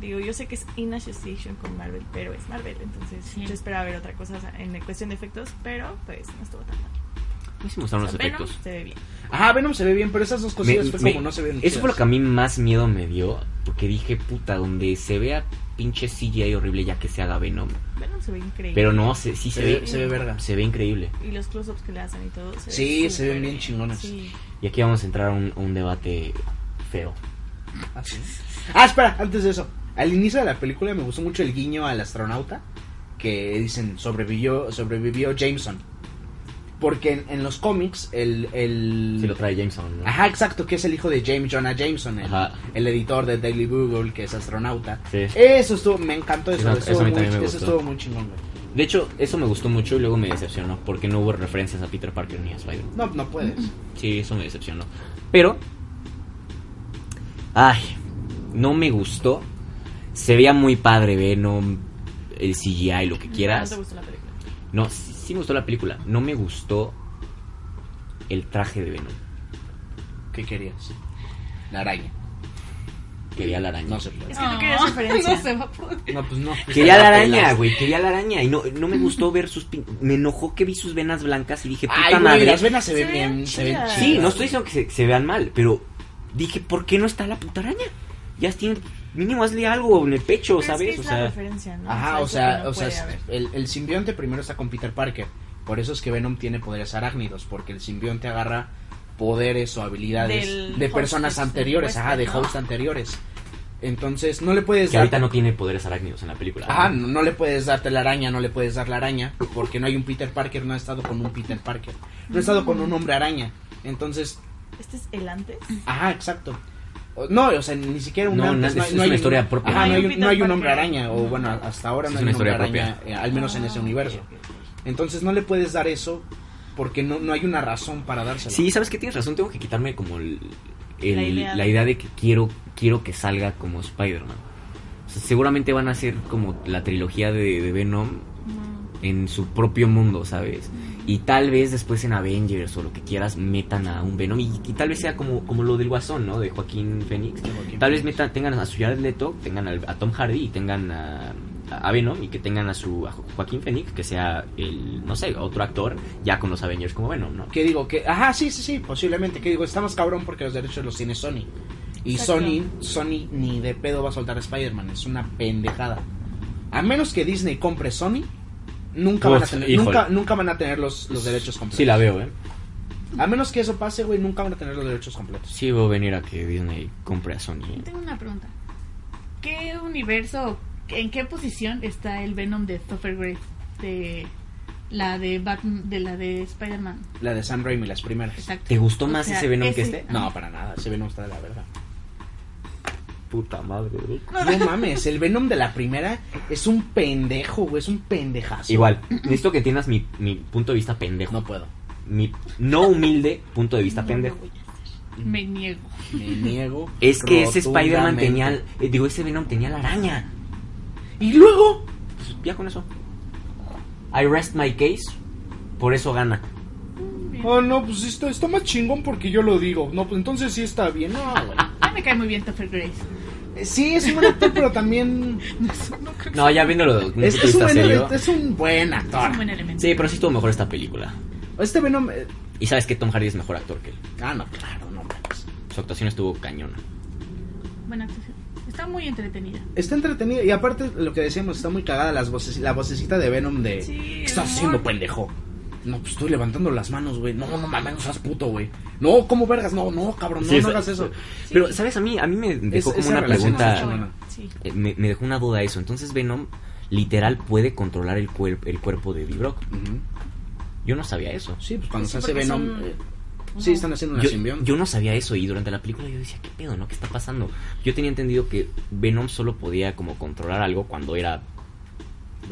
[SPEAKER 3] Digo, yo sé que es in association con Marvel, pero es Marvel, entonces
[SPEAKER 4] Sí.
[SPEAKER 3] yo esperaba ver otra cosa o sea, en cuestión de efectos, pero pues no estuvo tan mal.
[SPEAKER 2] A mí sí me gustaron los
[SPEAKER 3] O sea, Venom
[SPEAKER 2] efectos.
[SPEAKER 3] se ve bien.
[SPEAKER 1] Ajá, Venom se ve bien, pero esas dos
[SPEAKER 2] Me-
[SPEAKER 1] cosillas fue
[SPEAKER 2] me-
[SPEAKER 1] como no se ven.
[SPEAKER 2] eso
[SPEAKER 1] chidas.
[SPEAKER 2] fue lo que a mí más miedo me dio, porque dije, puta, donde se vea pinche CGI horrible ya que se haga Venom.
[SPEAKER 3] Venom se ve increíble.
[SPEAKER 2] Pero no, se- sí se,
[SPEAKER 1] se ve,
[SPEAKER 2] ve,
[SPEAKER 1] se ve verga.
[SPEAKER 2] se ve increíble.
[SPEAKER 3] Y los close-ups que le hacen y todo. Se
[SPEAKER 1] Sí,
[SPEAKER 3] ve
[SPEAKER 1] se ven
[SPEAKER 3] súper
[SPEAKER 1] bien chingones.
[SPEAKER 3] Sí.
[SPEAKER 2] Y aquí vamos a entrar a un, a un debate feo.
[SPEAKER 1] Ah, sí. Ah, espera, antes de eso. Al inicio de la película me gustó mucho el guiño al astronauta que dicen sobrevivió, sobrevivió Jameson. Porque en, en los cómics el, el-
[SPEAKER 2] Si lo trae Jameson, ¿no?
[SPEAKER 1] Ajá, exacto, que es el hijo de James Jonah Jameson, el,
[SPEAKER 2] Ajá.
[SPEAKER 1] el editor de Daily Bugle, que es astronauta.
[SPEAKER 2] Sí. Eh.
[SPEAKER 1] Eso estuvo, me encantó eso.
[SPEAKER 2] Eso-
[SPEAKER 1] estuvo
[SPEAKER 2] eso a mí
[SPEAKER 1] muy,
[SPEAKER 2] también me
[SPEAKER 1] eso
[SPEAKER 2] gustó.
[SPEAKER 1] estuvo muy chingón, güey.
[SPEAKER 2] De hecho, eso me gustó mucho y luego me decepcionó porque no hubo referencias a Peter Parker ni a Spider-Man.
[SPEAKER 1] No, no puedes.
[SPEAKER 2] Sí, eso me decepcionó. Pero, ay, no me gustó. Se veía muy padre Venom, el CGI, lo que
[SPEAKER 3] No
[SPEAKER 2] quieras.
[SPEAKER 3] te gustó la película.
[SPEAKER 2] No, sí, sí me gustó la película. No me gustó el traje de Venom.
[SPEAKER 1] ¿Qué querías? La araña.
[SPEAKER 2] Quería la araña.
[SPEAKER 1] No se puede.
[SPEAKER 3] Es que no querías referencia.
[SPEAKER 4] Ah. [LAUGHS] No se va a poder.
[SPEAKER 1] No, pues no.
[SPEAKER 2] Quería la araña, güey, quería la araña. Y no, no me gustó ver sus... pin- Me enojó que vi sus venas blancas y dije, puta
[SPEAKER 1] Ay, güey,
[SPEAKER 2] madre.
[SPEAKER 1] las venas se ven
[SPEAKER 3] Se
[SPEAKER 1] bien.
[SPEAKER 3] ven
[SPEAKER 1] Se ven
[SPEAKER 3] chidas.
[SPEAKER 1] chidas.
[SPEAKER 2] Sí, no estoy diciendo que se, se vean mal, pero dije, ¿por qué no está la puta araña? Ya tiene, mínimo hazle algo en el pecho,
[SPEAKER 3] Pero es que
[SPEAKER 2] ¿sabes?
[SPEAKER 3] es
[SPEAKER 2] o
[SPEAKER 3] la
[SPEAKER 2] sea,
[SPEAKER 3] referencia, ¿no?
[SPEAKER 1] Ajá, o
[SPEAKER 3] es
[SPEAKER 1] sea,
[SPEAKER 3] algo que no
[SPEAKER 1] o sea,
[SPEAKER 3] puede haber.
[SPEAKER 1] el, el simbionte primero está con Peter Parker. Por eso es que Venom tiene poderes arácnidos, porque el simbionte agarra poderes o habilidades
[SPEAKER 3] Del
[SPEAKER 1] de
[SPEAKER 3] host,
[SPEAKER 1] personas
[SPEAKER 3] del
[SPEAKER 1] anteriores,
[SPEAKER 3] huésped,
[SPEAKER 1] ajá, de
[SPEAKER 3] ¿no?
[SPEAKER 1] hosts anteriores. Entonces, no le puedes
[SPEAKER 2] que
[SPEAKER 1] dar
[SPEAKER 2] ahorita no tiene poderes arácnidos en la película.
[SPEAKER 1] Ajá,
[SPEAKER 2] ¿no?
[SPEAKER 1] no, no le puedes darte la araña, no le puedes dar la araña, porque no hay un Peter Parker, no ha estado con un Peter Parker, no ha estado con un hombre araña. Entonces,
[SPEAKER 3] Este es el antes.
[SPEAKER 1] ajá, exacto. O- No, o sea, ni siquiera un
[SPEAKER 2] No,
[SPEAKER 1] antes,
[SPEAKER 2] no, es una
[SPEAKER 1] hay
[SPEAKER 2] historia
[SPEAKER 1] un-
[SPEAKER 2] propia.
[SPEAKER 1] Ajá, no hay un,
[SPEAKER 3] Peter
[SPEAKER 1] no hay un
[SPEAKER 3] Parker.
[SPEAKER 1] hombre araña, o bueno, hasta ahora
[SPEAKER 2] Sí,
[SPEAKER 1] no
[SPEAKER 2] es
[SPEAKER 1] hay un
[SPEAKER 2] una
[SPEAKER 1] hombre
[SPEAKER 2] historia
[SPEAKER 1] araña, eh, al menos en ese
[SPEAKER 3] Ah,
[SPEAKER 1] universo.
[SPEAKER 3] ok, ok, ok.
[SPEAKER 1] Entonces no le puedes dar eso, porque no, no hay una razón para dárselo.
[SPEAKER 2] Sí, sabes que tienes razón, tengo que quitarme como el- el- la,
[SPEAKER 3] La idea.
[SPEAKER 2] idea. de que quiero, quiero que salga como Spider-Man. O sea, seguramente van a hacer como la trilogía de, de Venom en su propio mundo, ¿sabes? Y tal vez después en Avengers o lo que quieras metan a un Venom y, y tal vez sea como, como lo del Guasón, ¿no? De Joaquín Phoenix. Tal vez metan, tengan a su Jared Leto, tengan al- a Tom Hardy y tengan a, a Venom y que tengan a su a Jo- Joaquín Phoenix, que sea el, no sé, otro actor ya con los Avengers como Venom, ¿no?
[SPEAKER 1] ¿Qué digo? Que, ajá, sí, sí, sí, posiblemente. Que digo, está más cabrón porque los derechos los tiene Sony. Y
[SPEAKER 3] Exacto.
[SPEAKER 1] Sony, Sony ni de pedo va a soltar a Spider-Man, es una pendejada. A menos que Disney compre Sony, nunca, van, a
[SPEAKER 2] Uf,
[SPEAKER 1] tener,
[SPEAKER 2] híjole.
[SPEAKER 1] nunca, nunca van a tener los, los derechos completos.
[SPEAKER 2] Sí la veo, ¿eh?
[SPEAKER 1] A menos que eso pase, güey, nunca van a tener los derechos completos.
[SPEAKER 2] Sí veo venir a que Disney compre a Sony. ¿eh?
[SPEAKER 4] Tengo una pregunta. ¿Qué universo, en qué posición está el Venom de Topher Grace? De la de Batman- de la de Spider-Man.
[SPEAKER 1] La de Sam Raimi, las primeras.
[SPEAKER 4] Exacto.
[SPEAKER 2] ¿Te gustó
[SPEAKER 4] O
[SPEAKER 2] más
[SPEAKER 4] sea,
[SPEAKER 2] ese Venom que
[SPEAKER 4] ese-
[SPEAKER 2] este?
[SPEAKER 1] No, para nada, ese Venom está de la verdad.
[SPEAKER 2] Puta madre, güey.
[SPEAKER 1] No mames, el Venom de la primera es un pendejo, güey, es un pendejazo.
[SPEAKER 2] Igual, necesito que entiendas mi, mi punto de vista pendejo.
[SPEAKER 1] No puedo.
[SPEAKER 2] mi no humilde punto de vista
[SPEAKER 3] No
[SPEAKER 2] pendejo.
[SPEAKER 3] lo voy a hacer.
[SPEAKER 4] Me niego.
[SPEAKER 1] Me niego.
[SPEAKER 2] [LAUGHS] Es que ese Spider-Man
[SPEAKER 1] rotundamente.
[SPEAKER 2] tenía, eh, digo, ese Venom tenía la araña.
[SPEAKER 1] Y luego,
[SPEAKER 2] Pues ya con eso. I rest my case, por eso gana.
[SPEAKER 1] Oh, no, pues esto está más chingón porque yo lo digo. No, pues entonces sí está bien. No, güey.
[SPEAKER 4] A mí me cae muy bien Topher Grace. [LAUGHS]
[SPEAKER 1] Eh, Sí, es un buen actor, pero también.
[SPEAKER 2] No, ya viéndolo desde un punto de
[SPEAKER 1] Es, es un
[SPEAKER 2] vista
[SPEAKER 1] buen,
[SPEAKER 2] serio.
[SPEAKER 1] es un buen actor.
[SPEAKER 4] Es un buen elemento.
[SPEAKER 2] Sí, pero sí estuvo mejor esta película.
[SPEAKER 1] Este Venom. eh,
[SPEAKER 2] Y sabes que Tom Hardy es mejor actor que él.
[SPEAKER 1] Ah, no, claro, no mames.
[SPEAKER 2] Su actuación estuvo cañona.
[SPEAKER 4] Buena actuación. Está muy entretenida.
[SPEAKER 1] Está entretenido. Y aparte, lo que decíamos, está muy cagada las voces, la vocecita de Venom de.
[SPEAKER 3] Sí,
[SPEAKER 1] ¿Qué
[SPEAKER 3] el
[SPEAKER 1] estás
[SPEAKER 3] amor.
[SPEAKER 1] haciendo, pendejo? No, pues estoy levantando las manos, güey. No, no mames, no seas puto, güey. No, ¿cómo vergas? No, no, cabrón, no,
[SPEAKER 2] Sí,
[SPEAKER 1] no
[SPEAKER 2] esa-
[SPEAKER 1] hagas eso.
[SPEAKER 2] Pero, ¿sabes? A mí, a mí me dejó
[SPEAKER 1] Es-
[SPEAKER 2] como
[SPEAKER 1] esa
[SPEAKER 2] una
[SPEAKER 1] relación
[SPEAKER 2] pregunta.
[SPEAKER 1] está chingona.
[SPEAKER 3] Sí.
[SPEAKER 2] eh, me, me dejó una duda eso. Entonces, Venom literal puede controlar el, cuerp- el cuerpo de Brock.
[SPEAKER 1] Ujú.
[SPEAKER 2] Yo no sabía eso.
[SPEAKER 1] Sí, pues cuando
[SPEAKER 3] Sí,
[SPEAKER 1] se hace
[SPEAKER 3] porque
[SPEAKER 1] Venom.
[SPEAKER 3] son-
[SPEAKER 1] eh, Sí, están haciendo una
[SPEAKER 2] Yo,
[SPEAKER 1] simbionte.
[SPEAKER 2] yo no sabía eso y durante la película yo decía, ¿qué pedo, no? ¿Qué está pasando? Yo tenía entendido que Venom solo podía como controlar algo cuando era,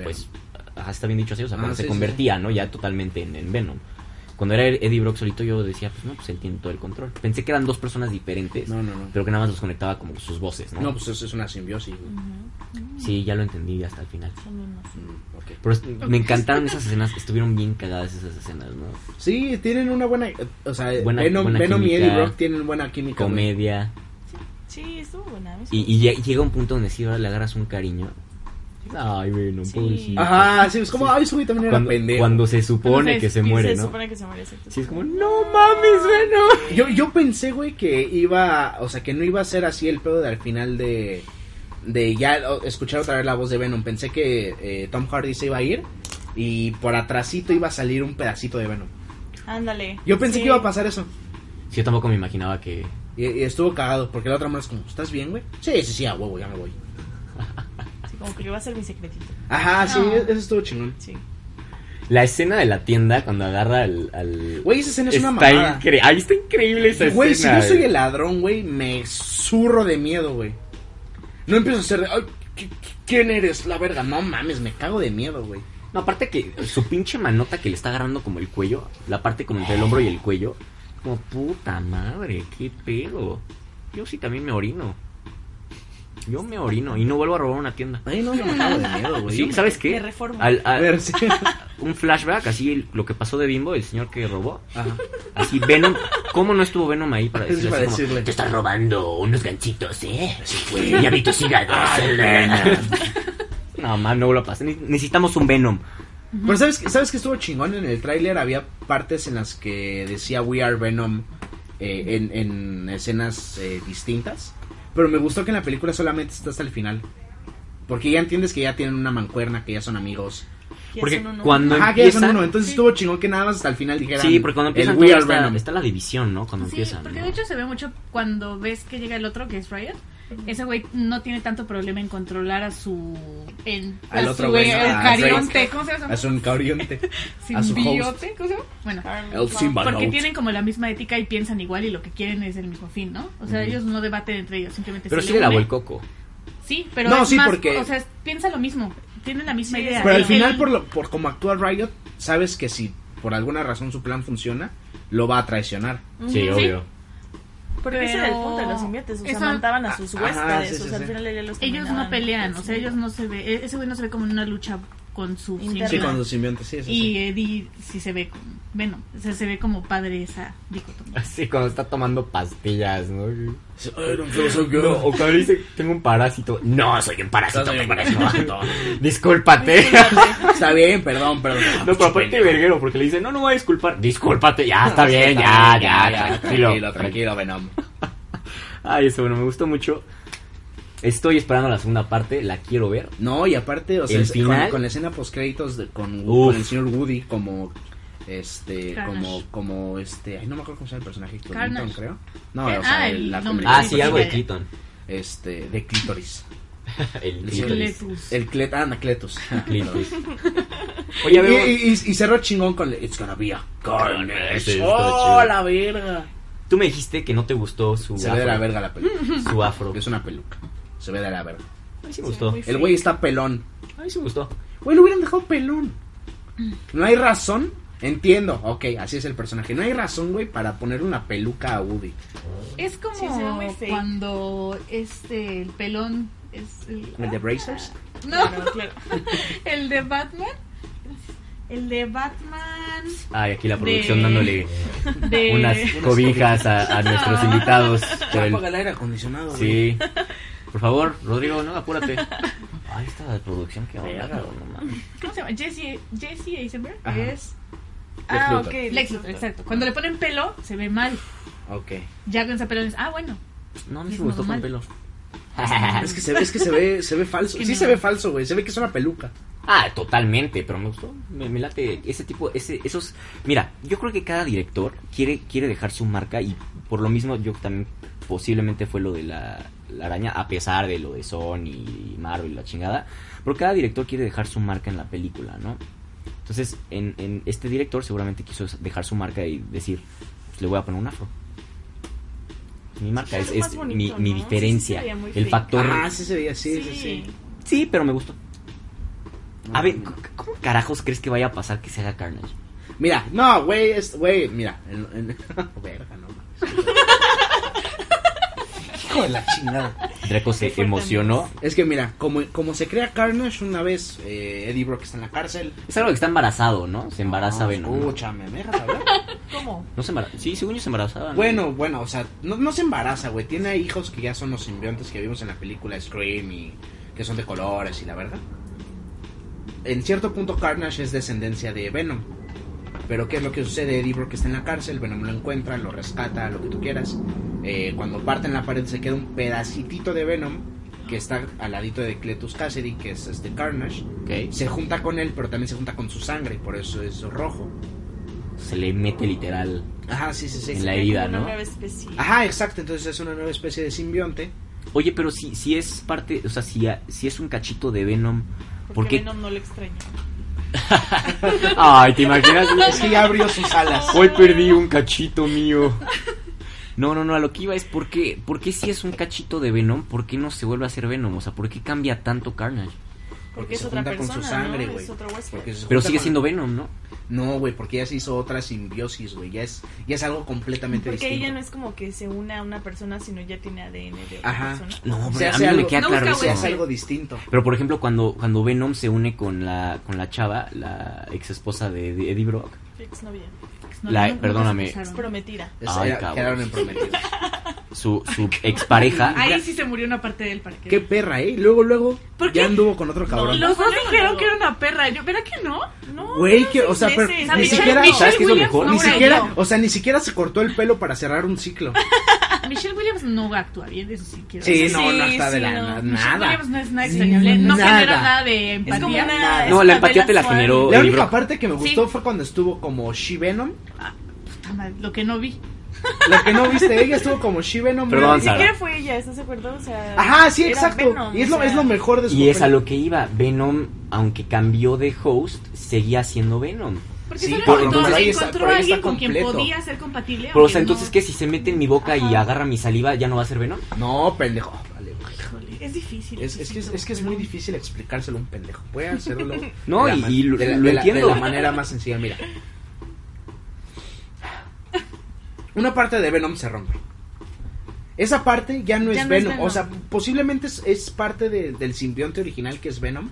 [SPEAKER 2] pues, ajá, está bien dicho así, o sea,
[SPEAKER 1] Ah,
[SPEAKER 2] cuando
[SPEAKER 1] sí,
[SPEAKER 2] se
[SPEAKER 1] sí,
[SPEAKER 2] convertía, ¿no? Ya totalmente en, en Venom. Cuando era Eddie Brock solito yo decía, pues no, pues él tiene todo el control. Pensé que eran dos personas diferentes,
[SPEAKER 1] No, no, no.
[SPEAKER 2] pero que nada más los conectaba como sus voces, ¿no?
[SPEAKER 1] No, pues eso es una simbiosis, güey.
[SPEAKER 3] Ujú,
[SPEAKER 2] Sí, ya lo entendí hasta el final.
[SPEAKER 3] son unos.
[SPEAKER 1] Mm, ok.
[SPEAKER 2] Pero es- me encantaron esas escenas, estuvieron bien cagadas esas escenas, ¿no?
[SPEAKER 1] Sí, tienen una buena. O sea,
[SPEAKER 2] Buena-
[SPEAKER 1] Venom,
[SPEAKER 2] buena
[SPEAKER 1] Venom y
[SPEAKER 2] química.
[SPEAKER 1] Eddie Brock tienen buena química. güey.
[SPEAKER 2] Comedia.
[SPEAKER 3] Sí, estuvo buena. a mí
[SPEAKER 2] Y, y ya- llega un punto donde sí, ahora le agarras un cariño. Ay, Venom,
[SPEAKER 3] Sí.
[SPEAKER 2] pobrecito.
[SPEAKER 1] Ajá, sí, es como, ay, ese güey también era
[SPEAKER 2] cuando,
[SPEAKER 1] pendejo.
[SPEAKER 2] cuando se supone
[SPEAKER 4] Cuando se
[SPEAKER 2] que se
[SPEAKER 4] despide,
[SPEAKER 2] muere,
[SPEAKER 3] Se
[SPEAKER 2] ¿no?
[SPEAKER 3] supone que se muere, exacto.
[SPEAKER 2] Sí, es como, no mames, Venom.
[SPEAKER 1] Yo, yo pensé, güey, que iba. O sea, que no iba a ser así el pedo de al final de. De ya o- escuchar otra vez la voz de Venom. Pensé que eh, Tom Hardy se iba a ir. Y por atrasito iba a salir un pedacito de Venom.
[SPEAKER 3] Ándale.
[SPEAKER 1] Yo pensé
[SPEAKER 3] Sí.
[SPEAKER 1] que iba a pasar eso.
[SPEAKER 2] Sí, yo tampoco me imaginaba que.
[SPEAKER 1] Y, y estuvo cagado. Porque la otra mano es como, ¿estás bien, güey? Sí, sí, sí, a huevo, ya me voy.
[SPEAKER 3] Sí, como que iba a ser mi secretito.
[SPEAKER 1] Ajá, sí,
[SPEAKER 4] No.
[SPEAKER 1] eso estuvo chingón.
[SPEAKER 3] Sí.
[SPEAKER 2] La escena de la tienda cuando agarra al. al-
[SPEAKER 1] Güey, esa escena es una
[SPEAKER 2] está
[SPEAKER 1] mamada.
[SPEAKER 2] incre- Ahí está increíble esa
[SPEAKER 1] Güey, si
[SPEAKER 2] escena.
[SPEAKER 1] yo soy
[SPEAKER 2] güey.
[SPEAKER 1] el ladrón, güey, me zurro de miedo, güey. No empiezo a hacer de, ay, ¿qui- qui- ¿quién eres? La verga, no mames, me cago de miedo, güey.
[SPEAKER 2] No, aparte que su pinche manota que le está agarrando como el cuello, la parte como entre el hombro y el cuello, como puta madre, qué pedo. Yo sí también me orino. Yo me orino y no vuelvo a robar una tienda.
[SPEAKER 1] Ay, no, yo me cago de miedo, güey.
[SPEAKER 2] Sí, ¿sabes qué?
[SPEAKER 3] Me reformo.
[SPEAKER 2] Al-
[SPEAKER 1] A
[SPEAKER 2] al-
[SPEAKER 1] ver, sí.
[SPEAKER 2] un flashback, así el- lo que pasó de Bimbo, el señor que robó.
[SPEAKER 1] Ajá.
[SPEAKER 2] Así Venom, ¿cómo no estuvo Venom ahí para
[SPEAKER 1] Sí,
[SPEAKER 2] decirle,
[SPEAKER 1] para
[SPEAKER 2] así como,
[SPEAKER 1] decirle.
[SPEAKER 2] te estás robando unos ganchitos, eh? Y habitos
[SPEAKER 1] [LAUGHS] Ah,
[SPEAKER 2] [LAUGHS] No, man, no lo pasa. Ne- Necesitamos un Venom.
[SPEAKER 1] Pero ¿sabes, qué- ¿sabes que estuvo chingón? En el tráiler había partes en las que decía We Are Venom eh, en, en escenas eh, distintas. Pero me gustó que en la película solamente está hasta el final. Porque ya entiendes que ya tienen una mancuerna, que ya son amigos.
[SPEAKER 3] Ya
[SPEAKER 2] Porque
[SPEAKER 3] son uno.
[SPEAKER 2] cuando
[SPEAKER 1] Ajá, que ya son
[SPEAKER 2] empieza-
[SPEAKER 1] uno. Entonces estuvo chingón que nada más hasta el final dijeran
[SPEAKER 2] Sí, porque cuando empiezan
[SPEAKER 1] el We
[SPEAKER 2] todavía
[SPEAKER 1] Are
[SPEAKER 2] está,
[SPEAKER 1] Venom.
[SPEAKER 2] está la división, ¿no? Cuando
[SPEAKER 4] Sí,
[SPEAKER 2] empiezan.
[SPEAKER 4] porque
[SPEAKER 2] ¿no?
[SPEAKER 4] de hecho se ve mucho cuando ves que llega el otro, que es Riot. Ese güey no tiene tanto problema en controlar a su. En,
[SPEAKER 1] Al
[SPEAKER 4] a
[SPEAKER 1] otro
[SPEAKER 4] su
[SPEAKER 1] güey,
[SPEAKER 4] eh,
[SPEAKER 1] a
[SPEAKER 4] eucarionte, ¿Cómo se llama?
[SPEAKER 1] Es un cabrionte. a su Ah.
[SPEAKER 4] Simbiote, ¿cómo se llama? Bueno,
[SPEAKER 1] El Simba
[SPEAKER 4] porque
[SPEAKER 1] Note.
[SPEAKER 4] tienen como la misma ética y piensan igual y lo que quieren es el mismo fin, ¿no? O sea, ellos no debaten entre ellos, simplemente
[SPEAKER 2] Pero
[SPEAKER 4] se
[SPEAKER 2] sí
[SPEAKER 4] le
[SPEAKER 2] le lavó
[SPEAKER 4] unen.
[SPEAKER 2] el coco.
[SPEAKER 4] Sí, pero
[SPEAKER 1] No,
[SPEAKER 4] es
[SPEAKER 1] sí,
[SPEAKER 4] más,
[SPEAKER 1] porque-
[SPEAKER 4] o sea, es- piensa lo mismo, tienen la misma
[SPEAKER 3] Sí,
[SPEAKER 4] idea.
[SPEAKER 1] Pero al
[SPEAKER 4] Es
[SPEAKER 1] final,
[SPEAKER 4] el-
[SPEAKER 1] por, lo, por como actúa Riot, sabes que si por alguna razón su plan funciona, lo va a traicionar.
[SPEAKER 2] Sí,
[SPEAKER 4] Sí.
[SPEAKER 2] obvio. [LAUGHS]
[SPEAKER 3] Porque ese era el punto de los inviertes, o sea,
[SPEAKER 4] Eso-
[SPEAKER 3] mataban a sus
[SPEAKER 1] Ajá,
[SPEAKER 3] huéspedes,
[SPEAKER 1] sí, sí,
[SPEAKER 3] o sea,
[SPEAKER 1] sí.
[SPEAKER 3] al final del día los
[SPEAKER 4] ellos no
[SPEAKER 3] terminaban
[SPEAKER 4] pelean, o sea, ellos
[SPEAKER 3] persiguiendo.
[SPEAKER 4] no se ve, e- ese güey no se ve como en una lucha con su
[SPEAKER 3] Interna.
[SPEAKER 1] Sí,
[SPEAKER 4] simbionte.
[SPEAKER 1] con los simbiontes, sí, eso
[SPEAKER 4] Y
[SPEAKER 1] sí.
[SPEAKER 4] Eddie sí se ve como, bueno, o sea, se ve como padre esa dicotomía.
[SPEAKER 2] Así cuando está tomando pastillas, ¿no?
[SPEAKER 1] I don't feel so good.
[SPEAKER 2] No, o cuando dice, tengo un parásito. No, soy un parásito,
[SPEAKER 1] Soy un
[SPEAKER 2] me parece
[SPEAKER 1] [LAUGHS]
[SPEAKER 2] Discúlpate.
[SPEAKER 1] Está bien, perdón, perdón.
[SPEAKER 2] No, pero aparte verguero, porque le dice, no, no voy a disculpar. Discúlpate, ya, está bien, ya, ya, ya,
[SPEAKER 1] Tranquilo,
[SPEAKER 2] tranquilo.
[SPEAKER 1] tranquilo, Venom.
[SPEAKER 2] Ay, eso, bueno, me gustó mucho. Estoy esperando la segunda parte, la quiero ver.
[SPEAKER 1] No, y aparte, o sea,
[SPEAKER 2] El
[SPEAKER 1] es- con-
[SPEAKER 2] final-
[SPEAKER 1] con, la escena post créditos con,
[SPEAKER 2] Uf.
[SPEAKER 1] con el señor Woody como este
[SPEAKER 4] Carnage.
[SPEAKER 1] como como este, ay no me acuerdo cómo se llama el personaje, Clinton,
[SPEAKER 4] Carnage.
[SPEAKER 1] creo. No,
[SPEAKER 4] Eh,
[SPEAKER 1] o sea,
[SPEAKER 4] ah,
[SPEAKER 1] el-
[SPEAKER 4] el
[SPEAKER 1] la
[SPEAKER 4] nombre.
[SPEAKER 2] Ah,
[SPEAKER 1] combinación
[SPEAKER 2] sí, algo de
[SPEAKER 1] de-
[SPEAKER 2] Keaton.
[SPEAKER 1] este de clítoris.
[SPEAKER 2] El
[SPEAKER 1] El
[SPEAKER 2] clítoris.
[SPEAKER 4] Cletus.
[SPEAKER 1] El clet, ah,
[SPEAKER 2] [LAUGHS]
[SPEAKER 1] Anacletus.
[SPEAKER 2] Clítoris.
[SPEAKER 1] Y,
[SPEAKER 2] Oye, vemos-
[SPEAKER 1] y, y- y cerró chingón con el It's gonna be a carnage.
[SPEAKER 2] Sí, está
[SPEAKER 1] ¡Oh,
[SPEAKER 2] chido.
[SPEAKER 1] la verga!
[SPEAKER 2] Tú me dijiste que no te gustó su
[SPEAKER 1] Se ve
[SPEAKER 2] afro.
[SPEAKER 1] de la verga la peluca.
[SPEAKER 2] Su afro.
[SPEAKER 1] Es una peluca. Se ve de la verga.
[SPEAKER 2] A mí sí me gustó.
[SPEAKER 3] muy-
[SPEAKER 1] El güey está pelón.
[SPEAKER 2] A mí sí me gustó.
[SPEAKER 1] Güey, lo hubieran dejado pelón. No hay razón. Entiendo, ok, así es el personaje. No hay razón, güey, para ponerle una peluca a Woody.
[SPEAKER 4] Es como
[SPEAKER 3] Sí, se ve muy fake.
[SPEAKER 4] cuando este el pelón es el,
[SPEAKER 1] ¿El de Brazers?
[SPEAKER 4] no, [LAUGHS]
[SPEAKER 3] Claro, claro.
[SPEAKER 4] el de Batman. El de Batman
[SPEAKER 2] Ay, aquí la producción
[SPEAKER 4] De-
[SPEAKER 2] dándole
[SPEAKER 4] de
[SPEAKER 2] unas cobijas a, a nuestros invitados. por el-
[SPEAKER 1] Apaga el aire acondicionado, güey.
[SPEAKER 2] Sí. Por favor, Rodrigo, no, apúrate. Ay, esta producción que onda,
[SPEAKER 1] Verga.
[SPEAKER 2] cabrón, no mames.
[SPEAKER 4] ¿Cómo se llama? Jesse Jesse Eisenberg
[SPEAKER 1] Ajá.
[SPEAKER 4] es
[SPEAKER 3] Ah,
[SPEAKER 1] Lex
[SPEAKER 3] ok.
[SPEAKER 1] Luthor.
[SPEAKER 4] Lex Luthor, exacto. Cuando le ponen pelo se ve mal.
[SPEAKER 1] [LAUGHS] Ok.
[SPEAKER 4] Ya con ese pelo es ah bueno.
[SPEAKER 2] No, a mí
[SPEAKER 4] Es
[SPEAKER 2] sí me gustó con
[SPEAKER 4] normal.
[SPEAKER 2] pelo.
[SPEAKER 1] [LAUGHS] Es que se ve, es que se ve, se ve falso.
[SPEAKER 4] Que
[SPEAKER 1] Sí
[SPEAKER 4] no.
[SPEAKER 1] se ve falso, güey. Se ve que es una peluca.
[SPEAKER 2] Ah, totalmente, pero me gustó. Me, me late ese tipo, ese, esos. Mira, yo creo que cada director quiere, quiere dejar su marca y por lo mismo yo también posiblemente fue lo de la, la araña, a pesar de lo de Sony y Marvel y la chingada. Pero cada director quiere dejar su marca en la película, ¿no? Entonces, en, en este director seguramente quiso dejar su marca y decir, pues, le voy a poner un afro. Mi marca es,
[SPEAKER 3] Algo más
[SPEAKER 2] es
[SPEAKER 3] bonito,
[SPEAKER 2] mi, mi
[SPEAKER 3] ¿no? Sí, sí se
[SPEAKER 2] diferencia,
[SPEAKER 3] veía muy
[SPEAKER 2] el
[SPEAKER 3] fake.
[SPEAKER 2] factor.
[SPEAKER 1] Ah, sí se veía, sí, sí,
[SPEAKER 3] Sí.
[SPEAKER 1] sí.
[SPEAKER 2] Sí, pero me gustó.
[SPEAKER 1] No,
[SPEAKER 2] A ver,
[SPEAKER 1] no.
[SPEAKER 2] c- ¿cómo carajos crees que vaya a pasar que se haga Carnage?
[SPEAKER 1] Mira, no, güey, es- güey, mira. en- en- [LAUGHS] Verga, no mames. Hijo de la chingada.
[SPEAKER 2] Draco se
[SPEAKER 3] fuerte,
[SPEAKER 2] emocionó.
[SPEAKER 1] Es que mira, como, como se crea Carnage una vez, eh, Eddie Brock está en la cárcel.
[SPEAKER 2] Es algo que está embarazado, ¿no? Se embaraza
[SPEAKER 1] No,
[SPEAKER 2] Venom. ¿no?
[SPEAKER 1] Escúchame, ¿me dejas hablar?
[SPEAKER 3] ¿Cómo?
[SPEAKER 2] No se embaraza. Sí, según yo se embarazaba. ¿no?
[SPEAKER 1] Bueno, bueno, o sea, no, no se embaraza, güey. Tiene hijos que ya son los simbiontes que vimos en la película Scream y que son de colores y la verdad. En cierto punto Carnage es descendencia de Venom. Pero ¿qué es lo que sucede? Eddie Brock está en la cárcel, Venom lo encuentra, lo rescata, lo que tú quieras. Eh, cuando parten la pared se queda un pedacitito de Venom que está al ladito de Cletus Cassidy, que es este Carnage.
[SPEAKER 2] Ok.
[SPEAKER 1] Se junta con él, pero también se junta con su sangre, y por eso es rojo.
[SPEAKER 2] Se le mete literal.
[SPEAKER 1] Ajá, sí, sí, sí.
[SPEAKER 2] En la herida,
[SPEAKER 3] Como una
[SPEAKER 2] ¿no?
[SPEAKER 3] nueva especie.
[SPEAKER 1] Ajá, exacto, entonces es una nueva especie de simbionte.
[SPEAKER 2] Oye, pero si, si es parte. O sea, si, a- si es un cachito de Venom. ¿Por
[SPEAKER 3] Porque
[SPEAKER 2] qué?
[SPEAKER 3] Venom no lo extraña.
[SPEAKER 2] [LAUGHS] Ay, ¿te imaginas?
[SPEAKER 1] [LAUGHS] Es que ya abrió sus alas.
[SPEAKER 2] Hoy perdí un cachito mío. No, no, no, a lo que iba es porque, porque si es un cachito de Venom, ¿por qué no se vuelve a ser Venom? O sea, ¿por qué cambia tanto Carnage?
[SPEAKER 1] Porque
[SPEAKER 3] es
[SPEAKER 1] se
[SPEAKER 3] otra
[SPEAKER 1] junta con su
[SPEAKER 3] persona,
[SPEAKER 1] sangre,
[SPEAKER 3] ¿no?
[SPEAKER 1] güey.
[SPEAKER 3] Es otro huésped.
[SPEAKER 1] Porque se
[SPEAKER 2] Pero
[SPEAKER 1] junta
[SPEAKER 2] sigue
[SPEAKER 1] con-
[SPEAKER 2] siendo Venom, ¿no?
[SPEAKER 1] No, güey, porque ya se hizo otra simbiosis, güey. Ya es, ya es algo completamente
[SPEAKER 3] Porque
[SPEAKER 1] distinto.
[SPEAKER 3] ella no es como que se una a una persona, sino ya tiene ADN de otra
[SPEAKER 1] Ajá.
[SPEAKER 3] persona.
[SPEAKER 2] No,
[SPEAKER 1] Se
[SPEAKER 2] pero a
[SPEAKER 1] hace
[SPEAKER 2] mí no me
[SPEAKER 1] algo-
[SPEAKER 2] queda
[SPEAKER 4] No
[SPEAKER 2] claro
[SPEAKER 4] busca
[SPEAKER 1] Se
[SPEAKER 2] eso.
[SPEAKER 1] hace algo distinto.
[SPEAKER 2] Pero por ejemplo, cuando, cuando Venom se une con la, con la chava, la ex esposa de, de Eddie Brock,
[SPEAKER 3] Exnovia.
[SPEAKER 4] pues No,
[SPEAKER 2] La-
[SPEAKER 4] nunca se
[SPEAKER 2] perdóname.
[SPEAKER 3] Es
[SPEAKER 4] casaron.
[SPEAKER 3] prometida.
[SPEAKER 1] Es,
[SPEAKER 2] Ay,
[SPEAKER 1] era-
[SPEAKER 2] cabrón.
[SPEAKER 1] quedaron
[SPEAKER 2] [LAUGHS]
[SPEAKER 1] en prometidos.
[SPEAKER 2] su, su expareja.
[SPEAKER 4] Ahí sí se murió una parte del parque.
[SPEAKER 1] Qué perra, ¿eh? Luego, luego,
[SPEAKER 4] ¿Por
[SPEAKER 1] ya
[SPEAKER 4] qué?
[SPEAKER 1] anduvo con otro cabrón.
[SPEAKER 4] Los dos
[SPEAKER 3] No, no,
[SPEAKER 4] dijeron
[SPEAKER 3] no.
[SPEAKER 4] que era una perra. Yo, ¿verdad que no? [LAUGHS]
[SPEAKER 3] No.
[SPEAKER 1] Güey,
[SPEAKER 3] no,
[SPEAKER 1] que, o
[SPEAKER 3] seis
[SPEAKER 1] sea, pero
[SPEAKER 3] meses.
[SPEAKER 1] ni
[SPEAKER 4] Michelle-
[SPEAKER 1] siquiera-
[SPEAKER 4] Michelle
[SPEAKER 2] ¿Sabes qué es lo
[SPEAKER 4] Williams
[SPEAKER 2] mejor?
[SPEAKER 4] no
[SPEAKER 1] Ni
[SPEAKER 4] hubiera
[SPEAKER 1] siquiera,
[SPEAKER 4] ido.
[SPEAKER 1] o sea, ni siquiera se cortó el pelo para cerrar un ciclo.
[SPEAKER 4] Michelle Williams no actúa bien, eso sí quiero
[SPEAKER 1] Sí,
[SPEAKER 4] decir.
[SPEAKER 1] no, no
[SPEAKER 3] sí,
[SPEAKER 1] está de
[SPEAKER 3] sí,
[SPEAKER 1] la
[SPEAKER 3] no.
[SPEAKER 1] na-
[SPEAKER 3] Michelle
[SPEAKER 4] Michelle
[SPEAKER 1] nada.
[SPEAKER 4] Williams no es nada
[SPEAKER 1] Sí,
[SPEAKER 4] extrañable. No
[SPEAKER 1] nada.
[SPEAKER 4] genera nada de empatía.
[SPEAKER 3] Es como una. es
[SPEAKER 2] No,
[SPEAKER 3] una
[SPEAKER 2] la empatía
[SPEAKER 3] vela
[SPEAKER 2] te la
[SPEAKER 3] suave.
[SPEAKER 2] generó-
[SPEAKER 1] La
[SPEAKER 2] El
[SPEAKER 1] única
[SPEAKER 2] Brock.
[SPEAKER 1] parte que me
[SPEAKER 4] Sí.
[SPEAKER 1] gustó fue cuando estuvo como She-Venom.
[SPEAKER 4] Puta madre, Lo que no vi.
[SPEAKER 1] Lo que no viste, ella estuvo como She-Venom.
[SPEAKER 2] Perdón,
[SPEAKER 1] güey.
[SPEAKER 3] Ni
[SPEAKER 2] Sara.
[SPEAKER 3] siquiera fue ella, ¿estás de acuerdo? O sea,
[SPEAKER 1] Ajá, sí,
[SPEAKER 3] era
[SPEAKER 1] exacto.
[SPEAKER 3] Venom,
[SPEAKER 1] y es lo,
[SPEAKER 3] o sea,
[SPEAKER 1] es lo mejor de su
[SPEAKER 2] Y es a
[SPEAKER 1] peli.
[SPEAKER 2] lo que iba. Venom, aunque cambió de host, seguía siendo Venom.
[SPEAKER 4] Porque
[SPEAKER 1] Sí,
[SPEAKER 4] solo
[SPEAKER 2] por-
[SPEAKER 4] encontró,
[SPEAKER 2] entonces ahí
[SPEAKER 1] está-
[SPEAKER 4] encontró
[SPEAKER 1] por
[SPEAKER 4] a
[SPEAKER 1] ahí está
[SPEAKER 4] alguien con quien
[SPEAKER 1] completo.
[SPEAKER 4] podía ser compatible.
[SPEAKER 2] Pero, o
[SPEAKER 4] aunque
[SPEAKER 2] sea,
[SPEAKER 4] no-
[SPEAKER 2] entonces, ¿qué? Si se mete en mi boca y
[SPEAKER 3] Ajá.
[SPEAKER 2] agarra mi saliva, ¿ya no va a ser Venom?
[SPEAKER 1] No, pendejo. Ah, vale, güey.
[SPEAKER 4] Híjole, es difícil.
[SPEAKER 1] es, es que es, es que es muy difícil explicárselo a un pendejo. Voy a hacerlo. de
[SPEAKER 2] No,
[SPEAKER 1] la
[SPEAKER 2] y-
[SPEAKER 1] man-
[SPEAKER 2] y lo-
[SPEAKER 1] de la-
[SPEAKER 2] lo
[SPEAKER 1] de la-
[SPEAKER 2] entiendo.
[SPEAKER 1] de la manera más sencilla, mira. Una parte de Venom se rompe. Esa parte ya no,
[SPEAKER 4] Ya
[SPEAKER 1] es,
[SPEAKER 4] no es
[SPEAKER 1] Venom. O
[SPEAKER 4] Venom.
[SPEAKER 1] sea, posiblemente es, es parte de- del simbionte original que es Venom.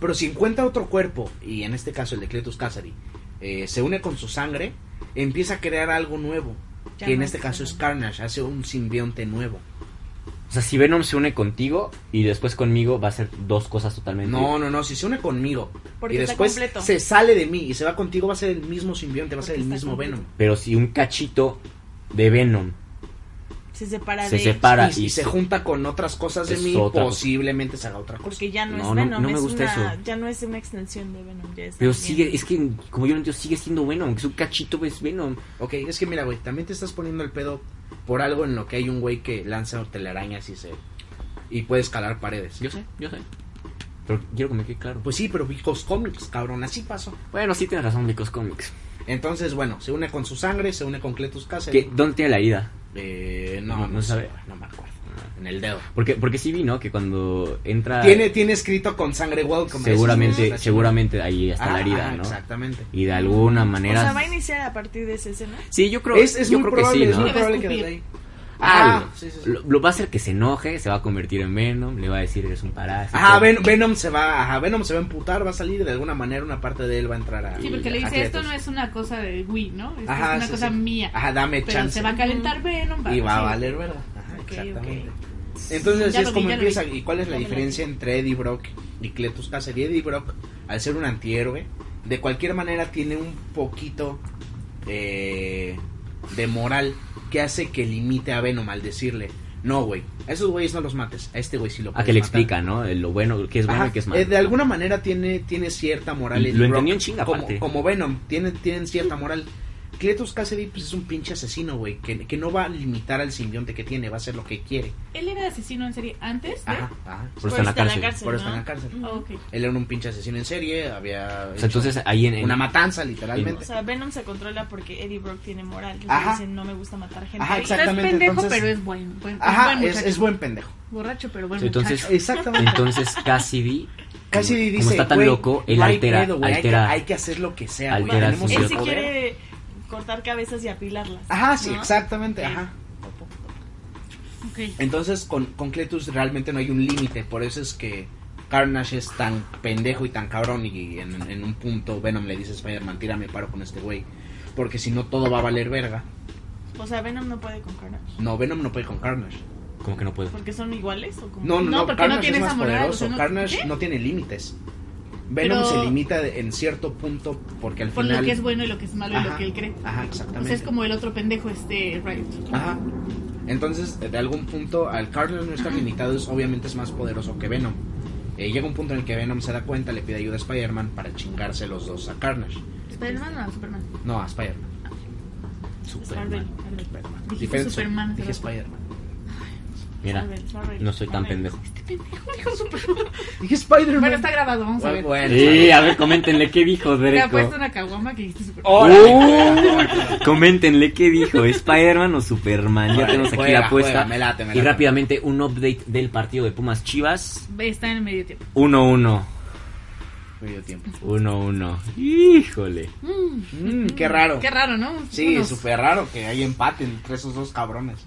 [SPEAKER 1] Pero si encuentra otro cuerpo, y en este caso el de Cletus Cassidy, eh, se une con su sangre, empieza a crear algo nuevo.
[SPEAKER 3] Ya
[SPEAKER 1] que en
[SPEAKER 3] no
[SPEAKER 1] este
[SPEAKER 3] es
[SPEAKER 1] caso es
[SPEAKER 3] Venom.
[SPEAKER 1] Carnage, hace un simbionte nuevo.
[SPEAKER 2] O sea, si Venom se une contigo y después conmigo, va a ser dos cosas totalmente.
[SPEAKER 1] No, no, no, si se une conmigo
[SPEAKER 3] Porque
[SPEAKER 1] y
[SPEAKER 3] está
[SPEAKER 1] después
[SPEAKER 3] completo.
[SPEAKER 1] se sale de mí y se va contigo, va a ser el mismo simbionte, va a ser
[SPEAKER 3] Porque
[SPEAKER 1] el
[SPEAKER 3] está
[SPEAKER 1] mismo
[SPEAKER 3] completo.
[SPEAKER 1] Venom.
[SPEAKER 2] Pero si un cachito de Venom
[SPEAKER 3] se separa
[SPEAKER 2] se
[SPEAKER 3] de
[SPEAKER 2] separa
[SPEAKER 1] Y, y se junta con otras cosas de
[SPEAKER 2] Es
[SPEAKER 1] mí,
[SPEAKER 2] otra cosa.
[SPEAKER 1] posiblemente se haga otra cosa.
[SPEAKER 3] Porque ya
[SPEAKER 2] No,
[SPEAKER 3] no, es
[SPEAKER 2] no-
[SPEAKER 3] Venom,
[SPEAKER 2] no me
[SPEAKER 3] es
[SPEAKER 2] gusta
[SPEAKER 3] una-
[SPEAKER 2] eso.
[SPEAKER 3] ya no es una extensión de Venom, ya es
[SPEAKER 2] Pero
[SPEAKER 3] alguien.
[SPEAKER 2] sigue, es que, como yo lo entiendo, sigue siendo Venom. Que es un cachito, es Venom.
[SPEAKER 1] Ok, es que mira, güey, también te estás poniendo el pedo por algo en lo que hay un güey que lanza telarañas y se... Y puede escalar paredes.
[SPEAKER 2] sé, yo sé. Pero quiero que me quede claro.
[SPEAKER 1] Pues sí, pero Vicos Comics, cabrón, así pasó.
[SPEAKER 2] Bueno, sí tienes razón, Vicos Comics.
[SPEAKER 1] Entonces, bueno, se une con su sangre, se une con Cletus Cassidy.
[SPEAKER 2] ¿Qué- ¿Dónde tiene la herida?
[SPEAKER 1] Eh, no,
[SPEAKER 2] No,
[SPEAKER 1] no,
[SPEAKER 2] no
[SPEAKER 1] sé,
[SPEAKER 2] sabe.
[SPEAKER 1] güey, no me acuerdo. En el dedo.
[SPEAKER 2] Porque, porque sí vi, ¿no? Que cuando entra...
[SPEAKER 1] Tiene, tiene escrito con sangre welcome.
[SPEAKER 2] Ah. Seguramente,
[SPEAKER 1] Eso es-
[SPEAKER 2] seguramente ahí está
[SPEAKER 1] Ah,
[SPEAKER 2] la herida,
[SPEAKER 1] ah,
[SPEAKER 2] ¿no?
[SPEAKER 1] Exactamente.
[SPEAKER 2] Y de alguna
[SPEAKER 3] O
[SPEAKER 2] manera...
[SPEAKER 3] sea, va a iniciar a partir de esa escena.
[SPEAKER 2] Sí, yo creo,
[SPEAKER 1] es es
[SPEAKER 2] yo
[SPEAKER 1] muy
[SPEAKER 2] creo
[SPEAKER 1] probable,
[SPEAKER 2] que
[SPEAKER 1] es
[SPEAKER 2] sí, ¿no?
[SPEAKER 1] muy
[SPEAKER 4] Le va a
[SPEAKER 1] probable que
[SPEAKER 4] escupir.
[SPEAKER 1] desde ahí.
[SPEAKER 2] Ah,
[SPEAKER 1] sí, sí, sí.
[SPEAKER 2] Lo, lo va a hacer que se enoje, se va a convertir en Venom, le va a decir eres un parásito.
[SPEAKER 1] Ajá, Ven- Venom se va, ajá, Venom se va a emputar, va a salir de alguna manera una parte de él va a entrar a
[SPEAKER 4] Sí, porque le
[SPEAKER 1] a
[SPEAKER 4] dice, esto
[SPEAKER 1] Cletus".
[SPEAKER 4] no es una cosa de Wii, ¿no? Esto
[SPEAKER 1] Ajá,
[SPEAKER 4] es una
[SPEAKER 1] sí,
[SPEAKER 4] cosa
[SPEAKER 1] sí.
[SPEAKER 4] mía.
[SPEAKER 1] Ajá, dame
[SPEAKER 4] Pero
[SPEAKER 1] chance. Mm.
[SPEAKER 4] se va a calentar Venom.
[SPEAKER 1] y va a
[SPEAKER 4] sí.
[SPEAKER 1] valer verga. Ajá,
[SPEAKER 3] Ok,
[SPEAKER 1] exactamente. Entonces, así
[SPEAKER 4] Ya
[SPEAKER 1] es
[SPEAKER 4] lo vi,
[SPEAKER 1] como
[SPEAKER 4] ya lo
[SPEAKER 1] empieza.
[SPEAKER 4] vi.
[SPEAKER 1] ¿Y cuál es la
[SPEAKER 3] Ya me la
[SPEAKER 1] diferencia entre Eddie Brock y Cletus Cassidy? Eddie Brock, al ser un antihéroe, de cualquier manera tiene un poquito eh, de moral que hace que limite a Venom al decirle: No, güey, a esos güeyes no los mates, a este güey sí lo
[SPEAKER 2] A
[SPEAKER 1] puedes
[SPEAKER 2] que le
[SPEAKER 1] matar".
[SPEAKER 2] explica, ¿no? Eh, Lo bueno, que es bueno
[SPEAKER 1] Ajá,
[SPEAKER 2] y que es malo.
[SPEAKER 1] eh, de alguna manera tiene, tiene cierta moral.
[SPEAKER 2] Y
[SPEAKER 1] Eddie
[SPEAKER 2] lo
[SPEAKER 1] Brock,
[SPEAKER 2] entendió en chinga,
[SPEAKER 1] como,
[SPEAKER 2] aparte.
[SPEAKER 1] como Venom, tienen, tienen cierta moral. Cletus Cassidy pues, es un pinche asesino, güey, que, que no va a limitar al simbionte que tiene, va a hacer lo que quiere.
[SPEAKER 4] Él era asesino en serie antes de...
[SPEAKER 1] Ajá, ajá.
[SPEAKER 2] Por estar en la
[SPEAKER 3] estar
[SPEAKER 2] cárcel.
[SPEAKER 1] Por estar Pues en la
[SPEAKER 3] ¿no?
[SPEAKER 1] cárcel.
[SPEAKER 3] Ujú.
[SPEAKER 4] Ah, ok.
[SPEAKER 1] Él era un pinche asesino en serie, había
[SPEAKER 2] O
[SPEAKER 1] hecho
[SPEAKER 2] sea, entonces eh, ahí en... en-
[SPEAKER 1] una matanza,
[SPEAKER 3] O
[SPEAKER 1] literalmente.
[SPEAKER 3] sea, Venom se controla porque Eddie Brock tiene moral. Entonces
[SPEAKER 1] Ajá.
[SPEAKER 3] dice, no me gusta matar gente.
[SPEAKER 1] Ajá,
[SPEAKER 4] O sea,
[SPEAKER 1] exactamente,
[SPEAKER 4] es pendejo,
[SPEAKER 1] entonces-
[SPEAKER 4] pero es buen, buen,
[SPEAKER 1] Ajá,
[SPEAKER 4] buen
[SPEAKER 1] es,
[SPEAKER 4] muchacho.
[SPEAKER 1] es buen pendejo.
[SPEAKER 4] Borracho, pero buen
[SPEAKER 2] Entonces-
[SPEAKER 4] muchacho.
[SPEAKER 1] Exactamente.
[SPEAKER 2] Entonces Cassidy...
[SPEAKER 1] Cassidy
[SPEAKER 2] como
[SPEAKER 1] dice,
[SPEAKER 2] está tan
[SPEAKER 1] "Güey,
[SPEAKER 2] loco, él
[SPEAKER 1] no hay
[SPEAKER 2] altera,
[SPEAKER 1] pedo, güey, hay que-
[SPEAKER 2] altera-
[SPEAKER 1] Hay, que hacer lo que sea, güey,
[SPEAKER 2] altera
[SPEAKER 1] tenemos
[SPEAKER 2] su
[SPEAKER 3] Él
[SPEAKER 1] el
[SPEAKER 3] se
[SPEAKER 2] cierto
[SPEAKER 1] poder".
[SPEAKER 3] quiere cortar cabezas y apilarlas.
[SPEAKER 1] Ajá, sí,
[SPEAKER 3] ¿no?
[SPEAKER 1] exactamente, ajá.
[SPEAKER 4] Ok.
[SPEAKER 1] Entonces con, con Cletus realmente no hay un límite, por eso es que Carnage es tan pendejo y tan cabrón y en, en un punto Venom le dice a Spider-Man, tírame paro con este güey, porque si no todo va a valer verga.
[SPEAKER 3] O sea, Venom no puede con Carnage.
[SPEAKER 1] No, Venom no puede con Carnage.
[SPEAKER 2] Como que no puedo.
[SPEAKER 3] Porque son iguales o como.
[SPEAKER 1] No, no,
[SPEAKER 4] No,
[SPEAKER 1] no,
[SPEAKER 4] porque
[SPEAKER 1] Carnage
[SPEAKER 4] no tiene
[SPEAKER 1] es más
[SPEAKER 4] esa moral,
[SPEAKER 1] poderoso.
[SPEAKER 4] o sea, no-
[SPEAKER 1] Carnage
[SPEAKER 4] ¿qué?
[SPEAKER 1] no tiene límites. Venom
[SPEAKER 4] Pero-
[SPEAKER 1] se limita de- en cierto punto porque al
[SPEAKER 4] Por
[SPEAKER 1] final.
[SPEAKER 4] lo que es bueno y lo que es malo y lo
[SPEAKER 1] Ajá,
[SPEAKER 4] que él cree.
[SPEAKER 1] Ajá,
[SPEAKER 4] O
[SPEAKER 1] exactamente.
[SPEAKER 4] sea, es como el otro pendejo, este Riot.
[SPEAKER 1] Ajá. Entonces, de algún punto, al Carnage no estar limitado, es, obviamente es más poderoso que Venom. Eh, llega un punto en el que Venom se da cuenta, le pide ayuda a Spider-Man para chingarse los dos a Carnage.
[SPEAKER 4] Spider-Man o Superman.
[SPEAKER 1] No, a Spider-Man.
[SPEAKER 3] Es Marvel.
[SPEAKER 2] Superman.
[SPEAKER 3] Marvel.
[SPEAKER 4] Dijiste
[SPEAKER 1] Diferente-
[SPEAKER 4] Superman,
[SPEAKER 1] Dije
[SPEAKER 4] hace rato.
[SPEAKER 1] Spider-Man.
[SPEAKER 2] Mira,
[SPEAKER 3] Marvel, Marvel,
[SPEAKER 2] no soy tan
[SPEAKER 3] Marvel.
[SPEAKER 2] pendejo.
[SPEAKER 4] Este pendejo dijo Superman.
[SPEAKER 1] Dije Spider-Man.
[SPEAKER 4] Bueno, está grabado, vamos a ver.
[SPEAKER 1] Bueno, bueno.
[SPEAKER 2] Sí, a ver, coméntenle qué dijo
[SPEAKER 4] Te ha
[SPEAKER 2] Dreco.
[SPEAKER 4] puesto una caguama que dijiste Superman.
[SPEAKER 1] Órale,
[SPEAKER 2] Uh, coméntenle qué dijo, Spider-Man o Superman. Ya
[SPEAKER 1] Órale,
[SPEAKER 2] tenemos aquí
[SPEAKER 1] juega,
[SPEAKER 2] la apuesta.
[SPEAKER 1] juega, me late, me
[SPEAKER 2] Y
[SPEAKER 1] late.
[SPEAKER 2] rápidamente un update del partido de Pumas Chivas.
[SPEAKER 4] Está en el medio tiempo.
[SPEAKER 2] 1-1.
[SPEAKER 1] medio tiempo.
[SPEAKER 2] Uno, uno. Híjole.
[SPEAKER 4] Mm.
[SPEAKER 1] Mm, qué raro.
[SPEAKER 4] Qué raro, ¿no?
[SPEAKER 1] Sí,
[SPEAKER 4] Unos-
[SPEAKER 1] súper raro que hay empate entre esos dos cabrones.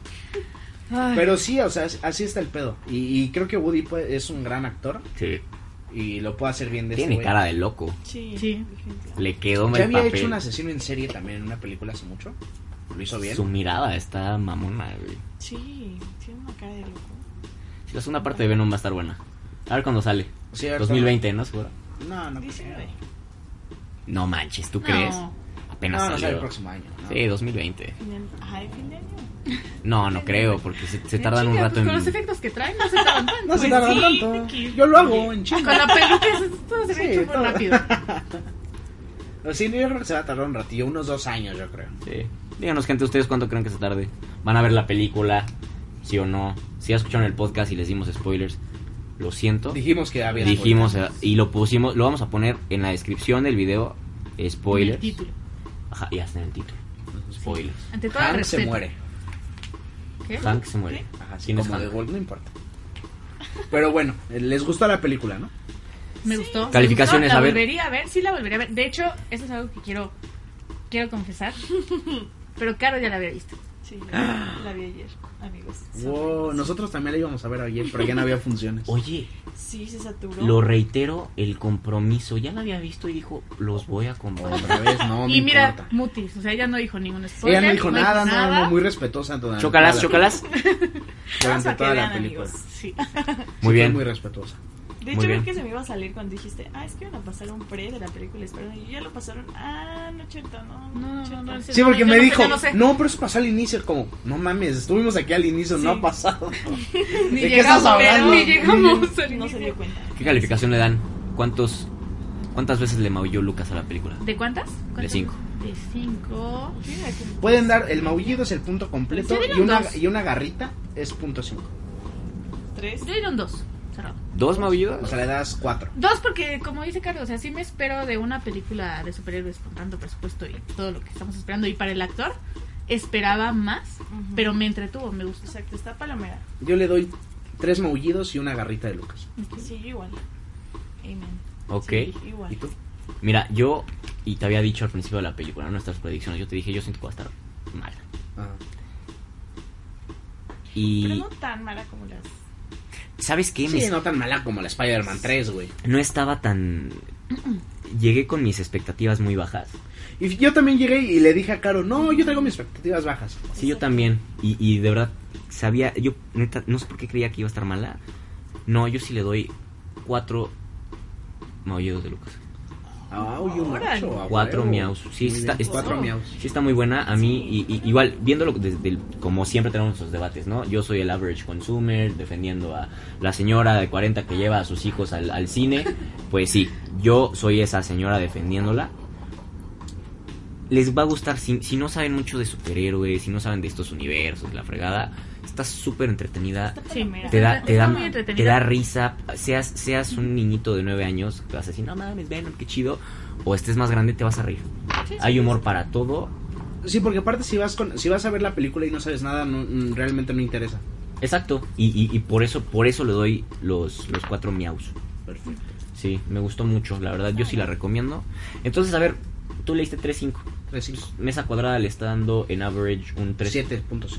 [SPEAKER 4] Ay.
[SPEAKER 1] Pero sí, o sea, así está el pedo. Y, y creo que Woody pues, es un gran actor
[SPEAKER 2] Sí.
[SPEAKER 1] y lo puede hacer bien de
[SPEAKER 2] Tiene
[SPEAKER 1] este güey.
[SPEAKER 2] cara de loco.
[SPEAKER 3] Sí.
[SPEAKER 4] Sí.
[SPEAKER 2] Le quedó mal
[SPEAKER 1] Ya había
[SPEAKER 2] papel.
[SPEAKER 1] hecho un asesino en serie también en una película hace mucho. Lo hizo bien.
[SPEAKER 2] Su mirada está mamona, güey.
[SPEAKER 3] Sí, tiene una cara de loco.
[SPEAKER 2] Sí, La segunda parte de Venom va a estar buena. A ver cuándo sale.
[SPEAKER 1] Sí, a ver
[SPEAKER 2] 2020, ¿no? ¿Seguro?
[SPEAKER 1] No, no. creo.
[SPEAKER 3] 19.
[SPEAKER 2] No manches, ¿tú crees?
[SPEAKER 4] No.
[SPEAKER 2] Apenas
[SPEAKER 1] No, no sale el
[SPEAKER 2] salió.
[SPEAKER 1] próximo año. ¿no?
[SPEAKER 2] Sí, 2020.
[SPEAKER 3] Fin de- Ajá, de fin de año.
[SPEAKER 2] No, no creo, porque se, se tardan un
[SPEAKER 4] Chinga,
[SPEAKER 2] rato
[SPEAKER 4] pues,
[SPEAKER 2] en...
[SPEAKER 4] Con los efectos que traen, no se
[SPEAKER 1] [LAUGHS]
[SPEAKER 4] tardan tanto.
[SPEAKER 1] No se
[SPEAKER 4] Pues
[SPEAKER 1] tardan
[SPEAKER 4] sí,
[SPEAKER 1] tanto.
[SPEAKER 4] Ricky.
[SPEAKER 1] Yo lo hago en chinga.
[SPEAKER 4] Con la peluca es- todo se ve
[SPEAKER 1] Sí,
[SPEAKER 4] hecho muy
[SPEAKER 1] todo.
[SPEAKER 4] rápido.
[SPEAKER 1] O sí, yo creo que se va a tardar un ratillo, unos dos años, yo creo.
[SPEAKER 2] Sí. Díganos, gente, ¿ustedes cuánto creen que se tarde? ¿Van a ver la película? ¿Sí o no? Si ya escucharon el podcast y les dimos spoilers, lo siento.
[SPEAKER 1] Dijimos que había.
[SPEAKER 2] Dijimos eh, y lo pusimos, lo vamos a poner en la descripción del video,
[SPEAKER 4] En
[SPEAKER 2] spoilers.
[SPEAKER 4] el título.
[SPEAKER 2] Ajá, y hasta en el título. Spoilers.
[SPEAKER 4] Ante todo el
[SPEAKER 1] Hank se
[SPEAKER 4] respeto.
[SPEAKER 1] muere.
[SPEAKER 4] ¿Qué?
[SPEAKER 2] Hank se muere.
[SPEAKER 1] Ajá, sí,
[SPEAKER 2] ¿Quién es
[SPEAKER 1] como
[SPEAKER 2] Hank?
[SPEAKER 1] de Gold, no importa. Pero bueno, eh, les gustó la película, ¿no?
[SPEAKER 4] Me gustó. me
[SPEAKER 2] Calificaciones,
[SPEAKER 4] gustó,
[SPEAKER 2] a ver.
[SPEAKER 4] La volvería a ver, sí la volvería a ver. De hecho, eso es algo que quiero,
[SPEAKER 1] [LAUGHS]
[SPEAKER 4] quiero confesar. Pero Caro ya la había visto.
[SPEAKER 3] Sí,
[SPEAKER 1] [GASPS]
[SPEAKER 3] la vi ayer, amigos.
[SPEAKER 1] Wow, nosotros también la íbamos a ver ayer, pero ya no había funciones.
[SPEAKER 2] Oye,
[SPEAKER 3] Sí, se saturó.
[SPEAKER 2] lo reitero, el compromiso. Ya la había visto y dijo, los voy a comprar.
[SPEAKER 1] Otra vez, no, no
[SPEAKER 4] y mira,
[SPEAKER 1] importa.
[SPEAKER 4] Mutis, o sea, ella no dijo ningún spoiler.
[SPEAKER 1] Ella no dijo nada, no, no, muy respetuosa. durante toda
[SPEAKER 2] Chocalas,
[SPEAKER 1] la-
[SPEAKER 2] chocalas.
[SPEAKER 3] Vamos
[SPEAKER 1] [LAUGHS] Durante
[SPEAKER 3] a que
[SPEAKER 1] toda la
[SPEAKER 3] vean,
[SPEAKER 1] película.
[SPEAKER 3] amigos.
[SPEAKER 4] Sí.
[SPEAKER 1] Sí,
[SPEAKER 2] Muy bien.
[SPEAKER 1] fue Muy respetuosa.
[SPEAKER 3] De
[SPEAKER 2] Muy
[SPEAKER 3] hecho,
[SPEAKER 2] bien.
[SPEAKER 3] vi que se me iba a salir cuando dijiste, ah, es que iban a pasar un pre de la película Spider-Man. Y ya lo pasaron, ah, no, cierto, no,
[SPEAKER 4] No, no,
[SPEAKER 3] cierto.
[SPEAKER 4] no, no,
[SPEAKER 1] Sí, porque
[SPEAKER 4] yo
[SPEAKER 1] me
[SPEAKER 4] no sé,
[SPEAKER 1] dijo,
[SPEAKER 4] yo no sé.
[SPEAKER 1] no, pero eso pasó al inicio, como, no mames, estuvimos aquí al inicio, no
[SPEAKER 3] Sí.
[SPEAKER 1] ha pasado.
[SPEAKER 4] Ni
[SPEAKER 1] ¿De qué
[SPEAKER 4] llegamos,
[SPEAKER 1] estás hablando? [LAUGHS]
[SPEAKER 4] Ni llegamos. al
[SPEAKER 3] No se
[SPEAKER 4] inicio.
[SPEAKER 3] dio cuenta.
[SPEAKER 2] [LAUGHS] ¿Qué calificación le dan? ¿Cuántos, ¿Cuántas veces le maulló Lucas a la película?
[SPEAKER 4] ¿De cuántas? ¿Cuántas?
[SPEAKER 2] cinco.
[SPEAKER 4] De cinco.
[SPEAKER 1] Pueden dar, el maullido es el punto completo
[SPEAKER 4] Yo diría
[SPEAKER 1] y una,
[SPEAKER 4] dos.
[SPEAKER 1] y una garrita es punto cinco.
[SPEAKER 3] Tres.
[SPEAKER 4] Yo he ido en dos. Cerrado.
[SPEAKER 2] ¿Dos maullidos?
[SPEAKER 1] O sea, le das cuatro.
[SPEAKER 4] Dos, porque como dice Carlos, o sea, sí me espero de una película de superhéroes con tanto presupuesto y todo lo que estamos esperando. Y para el actor, esperaba más,
[SPEAKER 3] Ujú.
[SPEAKER 4] pero me entretuvo, me gustó.
[SPEAKER 3] Exacto, está palomera.
[SPEAKER 1] Yo le doy tres maullidos y una garrita de Lucas.
[SPEAKER 3] Sí, yo igual. Amen.
[SPEAKER 2] Ok.
[SPEAKER 3] Sí, igual.
[SPEAKER 1] ¿Y tú?
[SPEAKER 2] Mira, yo, y te había dicho al principio de la película, ¿no? nuestras predicciones, yo te dije, yo siento que va a estar mala. Ah.
[SPEAKER 1] Ajá.
[SPEAKER 3] Pero
[SPEAKER 2] Y,
[SPEAKER 3] no tan mala como las.
[SPEAKER 2] ¿sabes qué? Me-
[SPEAKER 1] Sí, no tan mala como la Spider-Man 3, güey.
[SPEAKER 2] no estaba tan... Llegué con mis expectativas muy bajas.
[SPEAKER 1] Y yo también llegué y le dije a Caro, no, yo traigo mis expectativas bajas.
[SPEAKER 2] Sí, yo también. Y, y de verdad, sabía, yo neta, no sé por qué creía que iba a estar mala. No, yo sí le doy cuatro maullidos de Lucas.
[SPEAKER 1] Ah, oye, un
[SPEAKER 3] Órale.
[SPEAKER 1] ocho, a
[SPEAKER 2] Cuatro
[SPEAKER 1] huevo.
[SPEAKER 2] miaus. Sí,
[SPEAKER 1] Muy
[SPEAKER 2] está-
[SPEAKER 1] bien,
[SPEAKER 2] está-
[SPEAKER 1] cuatro miaus.
[SPEAKER 2] Sí, está muy buena. A mí,
[SPEAKER 3] Sí.
[SPEAKER 2] y, y- igual, viéndolo desde el- como siempre tenemos nuestros debates, ¿no? Yo soy el average consumer, defendiendo a la señora de 40 que lleva a sus hijos al,
[SPEAKER 1] [LAUGHS]
[SPEAKER 2] al cine. Pues sí, yo soy esa señora defendiéndola. Les va a gustar, si, si no saben mucho de superhéroes, si no saben de estos universos, la fregada, está súper entretenida.
[SPEAKER 3] Está
[SPEAKER 4] Sí,
[SPEAKER 3] palomera.
[SPEAKER 2] Te da,
[SPEAKER 4] Está-
[SPEAKER 2] te,
[SPEAKER 4] está
[SPEAKER 2] da,
[SPEAKER 4] muy
[SPEAKER 2] te
[SPEAKER 4] entretenida.
[SPEAKER 2] da risa, seas, seas un niñito de 9 años, te vas a decir, no mames, Venom, qué chido, o estés más grande, te vas a reír. Hay humor para todo,
[SPEAKER 1] Sí, porque aparte si vas con, si vas a ver la película y no sabes nada, no- mm, realmente no interesa.
[SPEAKER 2] Exacto. Y, y- y por eso, por eso le doy los, los cuatro miaus.
[SPEAKER 1] Perfecto.
[SPEAKER 2] Sí, me gustó mucho, la verdad, yo sí la recomiendo. Entonces, a ver, tú leíste 3.5.
[SPEAKER 1] Tres, cinco.
[SPEAKER 2] Mesa cuadrada le está dando en average un 3.
[SPEAKER 1] 7.5.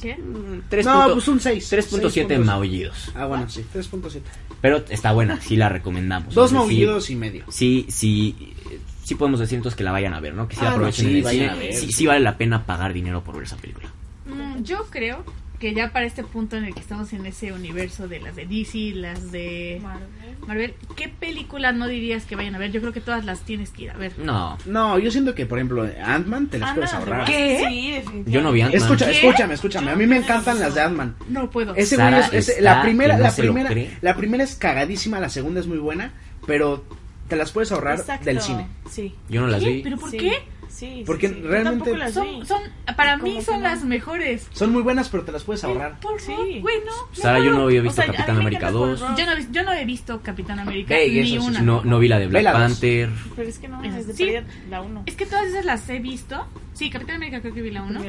[SPEAKER 4] ¿Qué?
[SPEAKER 2] Mm, tres
[SPEAKER 1] No,
[SPEAKER 2] punto-
[SPEAKER 1] pues un 6.
[SPEAKER 2] 3.7 maullidos.
[SPEAKER 1] Ah, bueno, sí, 3.7.
[SPEAKER 2] Pero está buena, sí la recomendamos.
[SPEAKER 1] Dos
[SPEAKER 2] Entonces, sí-
[SPEAKER 1] maullidos y medio.
[SPEAKER 2] Sí, sí, eh, sí podemos decir entonces que la vayan a ver, ¿no? Que sí
[SPEAKER 1] Ah,
[SPEAKER 2] la
[SPEAKER 1] no,
[SPEAKER 2] aprovechen
[SPEAKER 1] sí,
[SPEAKER 2] en el
[SPEAKER 1] vayan
[SPEAKER 2] cine.
[SPEAKER 1] a ver,
[SPEAKER 2] Sí,
[SPEAKER 1] sí.
[SPEAKER 2] sí vale la pena pagar dinero por ver esa película.
[SPEAKER 4] Mm, yo creo que ya para este punto en el que estamos en ese universo de las de DC, las de
[SPEAKER 3] Marvel.
[SPEAKER 4] Marvel, ¿qué película no dirías que vayan a ver? Yo creo que todas las tienes que ir a ver.
[SPEAKER 2] No,
[SPEAKER 1] No, yo siento que, por ejemplo, Ant-Man te las puedes
[SPEAKER 3] Ana de
[SPEAKER 1] ahorrar.
[SPEAKER 4] ¿Qué?
[SPEAKER 3] Ah, Sí, definitivamente.
[SPEAKER 2] yo no vi Ant-Man.
[SPEAKER 1] Escucha,
[SPEAKER 4] ¿Qué?
[SPEAKER 1] escúchame, escúchame. A mí me encantan las de Ant-Man.
[SPEAKER 4] No puedo.
[SPEAKER 1] Ese
[SPEAKER 2] Sara
[SPEAKER 1] güey es, ese-
[SPEAKER 2] está
[SPEAKER 1] la primera,
[SPEAKER 2] que no
[SPEAKER 1] la
[SPEAKER 2] se lo
[SPEAKER 1] primera,
[SPEAKER 2] cree.
[SPEAKER 1] la primera es cagadísima, la segunda es muy buena, pero te las puedes ahorrar
[SPEAKER 3] Exacto.
[SPEAKER 1] del cine.
[SPEAKER 3] Sí.
[SPEAKER 2] Yo no las
[SPEAKER 4] ¿Qué?
[SPEAKER 2] vi.
[SPEAKER 4] ¿Pero por
[SPEAKER 3] sí,
[SPEAKER 4] qué?
[SPEAKER 3] Sí. sí,
[SPEAKER 1] Porque
[SPEAKER 3] sí. Yo
[SPEAKER 1] realmente
[SPEAKER 3] tampoco las vi.
[SPEAKER 4] Son, son, para mí
[SPEAKER 3] Como
[SPEAKER 4] son
[SPEAKER 3] que no.
[SPEAKER 4] las mejores.
[SPEAKER 1] Son muy buenas, pero te las puedes ahorrar.
[SPEAKER 4] ¿Por
[SPEAKER 3] Sí.
[SPEAKER 4] qué? Güey, no.
[SPEAKER 2] Sara, yo no había visto
[SPEAKER 3] O sea, a mí
[SPEAKER 2] Capitán
[SPEAKER 3] me
[SPEAKER 2] América
[SPEAKER 3] encanta
[SPEAKER 2] 2.
[SPEAKER 3] Paul Rudd.
[SPEAKER 4] Yo no, he vis- yo no he visto Capitán América
[SPEAKER 1] Ve, y
[SPEAKER 4] ni
[SPEAKER 1] eso sí,
[SPEAKER 4] una.
[SPEAKER 2] No, no vi la de Black
[SPEAKER 1] Ve la dos.
[SPEAKER 2] Panther.
[SPEAKER 3] Pero es que no,
[SPEAKER 4] Esas-
[SPEAKER 3] desde
[SPEAKER 4] sí.
[SPEAKER 3] perdida la 1.
[SPEAKER 4] Es que todas esas las he visto. Sí, Capitán América creo que vi la 1.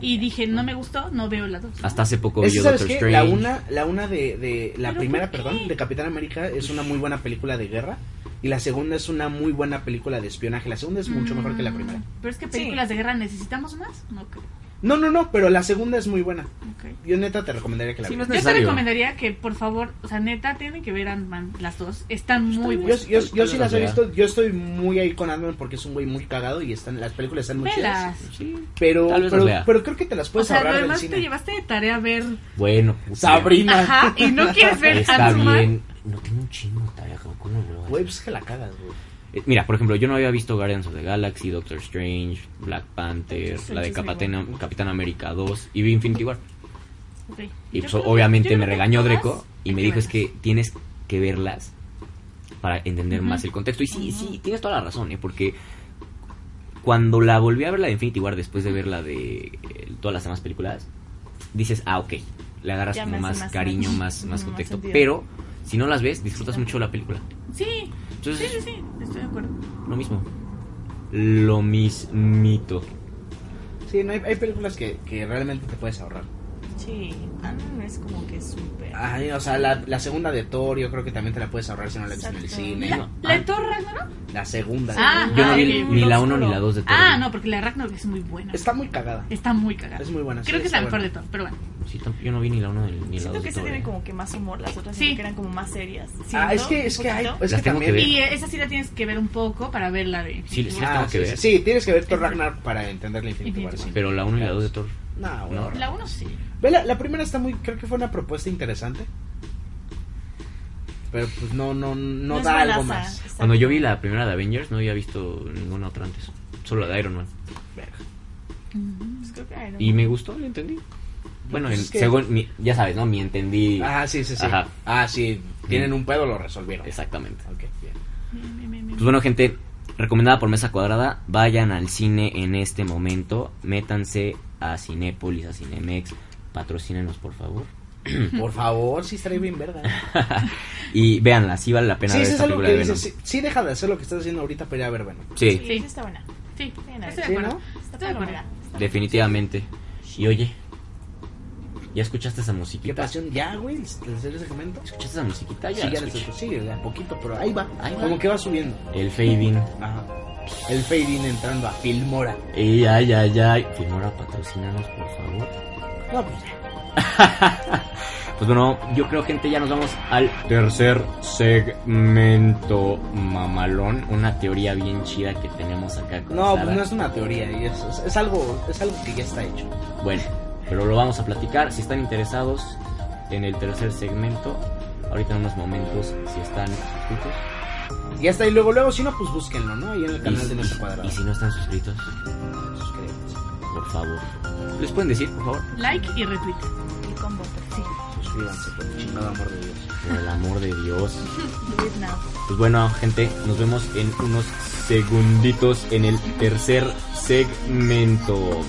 [SPEAKER 4] Y dije, no me gustó, no veo la 2.
[SPEAKER 2] Hasta hace poco vi
[SPEAKER 1] Es que,
[SPEAKER 2] yo
[SPEAKER 1] ¿Sabes
[SPEAKER 2] Doctor
[SPEAKER 1] qué?
[SPEAKER 2] Strange.
[SPEAKER 1] La una, la una de, de la
[SPEAKER 4] ¿Pero
[SPEAKER 1] primera,
[SPEAKER 4] por qué?
[SPEAKER 1] perdón, de Capitán América es una muy buena película de guerra Y la segunda es una muy buena película de espionaje. La segunda es mucho mejor que la primera.
[SPEAKER 4] Mm, Pero es que
[SPEAKER 3] Sí.
[SPEAKER 4] películas de guerra necesitamos más. No creo.
[SPEAKER 1] No, no, no, pero la segunda es muy buena.
[SPEAKER 4] Ok.
[SPEAKER 1] Yo neta te recomendaría que la
[SPEAKER 2] Sí, no
[SPEAKER 1] veas.
[SPEAKER 2] es
[SPEAKER 4] Yo te
[SPEAKER 2] necesario.
[SPEAKER 4] recomendaría que, por favor, o sea, neta, tienen que ver Ant-Man, las dos. Están muy
[SPEAKER 1] Yo,
[SPEAKER 4] buenas.
[SPEAKER 1] yo, yo sí
[SPEAKER 2] Yo
[SPEAKER 1] las
[SPEAKER 2] las
[SPEAKER 1] he
[SPEAKER 2] veo.
[SPEAKER 1] visto, yo estoy muy ahí con Ant-Man porque es un güey muy cagado y están, las películas están muy chidas.
[SPEAKER 4] Velas.
[SPEAKER 2] Sí.
[SPEAKER 1] Pero,
[SPEAKER 2] Tal vez
[SPEAKER 1] pero,
[SPEAKER 2] las vea.
[SPEAKER 1] pero creo que te las
[SPEAKER 4] O
[SPEAKER 1] puedes
[SPEAKER 4] sea,
[SPEAKER 1] ahorrar del
[SPEAKER 4] además
[SPEAKER 1] cine.
[SPEAKER 4] te llevaste de tarea a ver.
[SPEAKER 2] Bueno, puta,
[SPEAKER 1] Sabrina.
[SPEAKER 4] Ajá,
[SPEAKER 1] [LAUGHS]
[SPEAKER 4] y no quieres ver
[SPEAKER 2] Está
[SPEAKER 4] Ant-Man.
[SPEAKER 2] bien. No tengo un chingo de tarea, ¿cómo- ¿cómo lo voy a
[SPEAKER 1] Güey,
[SPEAKER 2] hacer?
[SPEAKER 1] pues es que la cagas, güey.
[SPEAKER 2] Eh, Mira, por ejemplo, yo no había visto Guardians of the Galaxy, Doctor Strange, Black Panther,
[SPEAKER 3] Entonces,
[SPEAKER 2] la de
[SPEAKER 3] entonces,
[SPEAKER 2] Capitán, Capitán América 2 y vi Infinity War.
[SPEAKER 4] Ok.
[SPEAKER 2] Y
[SPEAKER 4] Yo
[SPEAKER 2] pues,
[SPEAKER 4] creo que-
[SPEAKER 2] obviamente
[SPEAKER 4] yo
[SPEAKER 2] me
[SPEAKER 4] creo que
[SPEAKER 2] regañó
[SPEAKER 4] todas
[SPEAKER 2] Dreco y
[SPEAKER 4] hay
[SPEAKER 2] me dijo es
[SPEAKER 4] verlas.
[SPEAKER 2] que tienes que verlas para entender
[SPEAKER 4] Ujú.
[SPEAKER 2] más el contexto. Y sí,
[SPEAKER 4] Ujú.
[SPEAKER 2] sí, tienes toda la razón, ¿eh? porque cuando la volví a ver la de Infinity War después de ver la de eh, todas las demás películas, dices, ah, ok, le agarras
[SPEAKER 3] Ya
[SPEAKER 2] como
[SPEAKER 3] me
[SPEAKER 2] más,
[SPEAKER 3] hace más
[SPEAKER 2] cariño,
[SPEAKER 3] sentido.
[SPEAKER 2] más, más
[SPEAKER 3] Ujú, más
[SPEAKER 2] contexto.
[SPEAKER 3] sentido.
[SPEAKER 2] Pero si no las ves, disfrutas mucho la película.
[SPEAKER 4] Sí, sí,
[SPEAKER 2] Entonces,
[SPEAKER 4] sí, sí, estoy de acuerdo.
[SPEAKER 2] lo mismo. Lo mismito.
[SPEAKER 1] Sí, no, hay, hay películas que, que realmente te puedes ahorrar.
[SPEAKER 3] Sí, Ant-Man es como que súper.
[SPEAKER 2] Ah,
[SPEAKER 1] Ay, o sea, la, la segunda de Thor yo creo que también te la puedes ahorrar si no la viste en el
[SPEAKER 3] Exacto.
[SPEAKER 1] cine.
[SPEAKER 4] ¿La,
[SPEAKER 1] ¿no?
[SPEAKER 4] la de
[SPEAKER 1] Ah,
[SPEAKER 4] Thor Ragnarok?
[SPEAKER 1] la segunda.
[SPEAKER 4] Ah,
[SPEAKER 2] Yo no vi
[SPEAKER 4] ok.
[SPEAKER 2] ni la
[SPEAKER 3] Oscuro.
[SPEAKER 2] 1 ni la 2 de Thor.
[SPEAKER 4] Ah, no, porque la de Ragnarok es muy buena.
[SPEAKER 1] Está muy cagada.
[SPEAKER 4] Está muy cagada.
[SPEAKER 1] Es muy buena.
[SPEAKER 4] Creo
[SPEAKER 1] sí,
[SPEAKER 4] que es la
[SPEAKER 1] está
[SPEAKER 4] mejor de
[SPEAKER 1] buena.
[SPEAKER 4] Thor, pero bueno.
[SPEAKER 2] Sí, tam- yo no vi ni la 1 ni la 2 de
[SPEAKER 3] Siento que esta
[SPEAKER 2] Thor,
[SPEAKER 3] tiene
[SPEAKER 2] ¿eh?
[SPEAKER 3] como que más humor, las otras
[SPEAKER 4] Sí.
[SPEAKER 3] siento que eran como más serias.
[SPEAKER 1] Ah,
[SPEAKER 3] siento,
[SPEAKER 1] es que, es
[SPEAKER 3] un
[SPEAKER 1] que hay...
[SPEAKER 3] poquito.
[SPEAKER 1] Es que
[SPEAKER 2] Las tengo que
[SPEAKER 1] también...
[SPEAKER 2] pues, ver.
[SPEAKER 4] Y eh, esa sí la tienes que ver un poco para ver la de.
[SPEAKER 2] Sí, sí.
[SPEAKER 1] Ah,
[SPEAKER 2] tengo que
[SPEAKER 1] sí,
[SPEAKER 2] ver.
[SPEAKER 1] sí, sí, tienes que ver Thor Ragnar para entender la Infinity War.
[SPEAKER 4] Infinity
[SPEAKER 1] sí.
[SPEAKER 4] War.
[SPEAKER 2] Pero la 1 y la 2 de Thor.
[SPEAKER 1] No, güey.
[SPEAKER 2] No.
[SPEAKER 4] La uno sí.
[SPEAKER 1] Ve, la, la primera está muy... Creo que fue una propuesta interesante. Pero pues no, no, no,
[SPEAKER 3] es
[SPEAKER 1] da algo
[SPEAKER 3] balaza,
[SPEAKER 1] más.
[SPEAKER 3] exacto.
[SPEAKER 2] Cuando yo vi la primera de Avengers, no había visto ninguna otra antes. Solo la de Iron Man.
[SPEAKER 4] Mm.
[SPEAKER 3] Pues creo que Iron
[SPEAKER 2] Y
[SPEAKER 3] Man.
[SPEAKER 2] me gustó, la entendí. Bueno,
[SPEAKER 1] Pues
[SPEAKER 2] en-
[SPEAKER 1] es que-
[SPEAKER 2] según mi- ya sabes, ¿no? Mi entendí.
[SPEAKER 1] Ah, sí, sí, sí.
[SPEAKER 2] Ajá. Mm.
[SPEAKER 1] Ah, sí. Tienen un pedo, lo resolvieron.
[SPEAKER 2] Exactamente.
[SPEAKER 1] Ok, bien.
[SPEAKER 4] Bien, bien, bien, bien.
[SPEAKER 2] Pues bueno, gente, recomendada por Mesa Cuadrada, vayan al cine en este momento. Métanse a Cinépolis, a Cinemex. Patrocínenos, por favor. Mm.
[SPEAKER 1] Por favor, sí estaría bien,
[SPEAKER 2] [LAUGHS]
[SPEAKER 1] ¿verdad?
[SPEAKER 2] Y véanla, sí vale la pena
[SPEAKER 1] Sí,
[SPEAKER 2] ver
[SPEAKER 1] eso es
[SPEAKER 2] esta
[SPEAKER 1] algo
[SPEAKER 2] película
[SPEAKER 1] que
[SPEAKER 2] de
[SPEAKER 1] dices.
[SPEAKER 2] Venom.
[SPEAKER 1] Sí, sí deja de hacer lo que estás haciendo ahorita para ir a ver Venom.
[SPEAKER 2] Sí,
[SPEAKER 3] Sí, sí está buena.
[SPEAKER 4] Sí,
[SPEAKER 3] Bien,
[SPEAKER 4] estoy
[SPEAKER 1] ¿Sí,
[SPEAKER 4] de acuerdo.
[SPEAKER 1] no?
[SPEAKER 3] Está
[SPEAKER 4] Estoy de
[SPEAKER 3] palomera.
[SPEAKER 4] acuerdo.
[SPEAKER 2] definitivamente. Y oye, ¿ya escuchaste esa musiquita?
[SPEAKER 1] ¿Qué pasión? ¿Ya, güey? ¿En serio ese comento?
[SPEAKER 2] ¿Escuchaste esa musiquita?
[SPEAKER 1] Sí,
[SPEAKER 2] Ya
[SPEAKER 1] ya
[SPEAKER 2] la
[SPEAKER 1] lo
[SPEAKER 2] escuché.
[SPEAKER 1] escucho. Sí, de a poquito, pero ahí va.
[SPEAKER 2] Ahí va.
[SPEAKER 1] Como que va subiendo.
[SPEAKER 2] El fading.
[SPEAKER 1] Ajá. El fading entrando a Filmora.
[SPEAKER 2] Ey, ay, ay, ay. Filmora, patrocínanos, por favor.
[SPEAKER 1] No, pues ya.
[SPEAKER 2] Pues bueno, yo creo, gente, ya nos vamos al tercer segmento mamalón. Una teoría bien chida que tenemos acá con
[SPEAKER 1] No,
[SPEAKER 2] Sara.
[SPEAKER 1] pues no es una teoría. y Es, es- es algo, es algo que ya está hecho.
[SPEAKER 2] Bueno, pero lo vamos a platicar. Si están interesados en el tercer segmento, ahorita en unos momentos, si están suscritos.
[SPEAKER 1] Y hasta ahí luego, luego, si no, pues búsquenlo, ¿no? Ahí en el
[SPEAKER 2] Y
[SPEAKER 1] canal
[SPEAKER 2] si-
[SPEAKER 1] de Mesa Cuadrada.
[SPEAKER 2] Y si no están suscritos,
[SPEAKER 1] Suscríbanse.
[SPEAKER 2] por favor. ¿Les pueden decir, por favor?
[SPEAKER 4] Like y retweet.
[SPEAKER 3] Y con voto. Sí.
[SPEAKER 1] Suscríbanse, por el chingado amor de Dios.
[SPEAKER 2] Por el amor de Dios.
[SPEAKER 3] Do it now.
[SPEAKER 2] Pues bueno, gente, nos vemos en unos segunditos en el tercer segmento.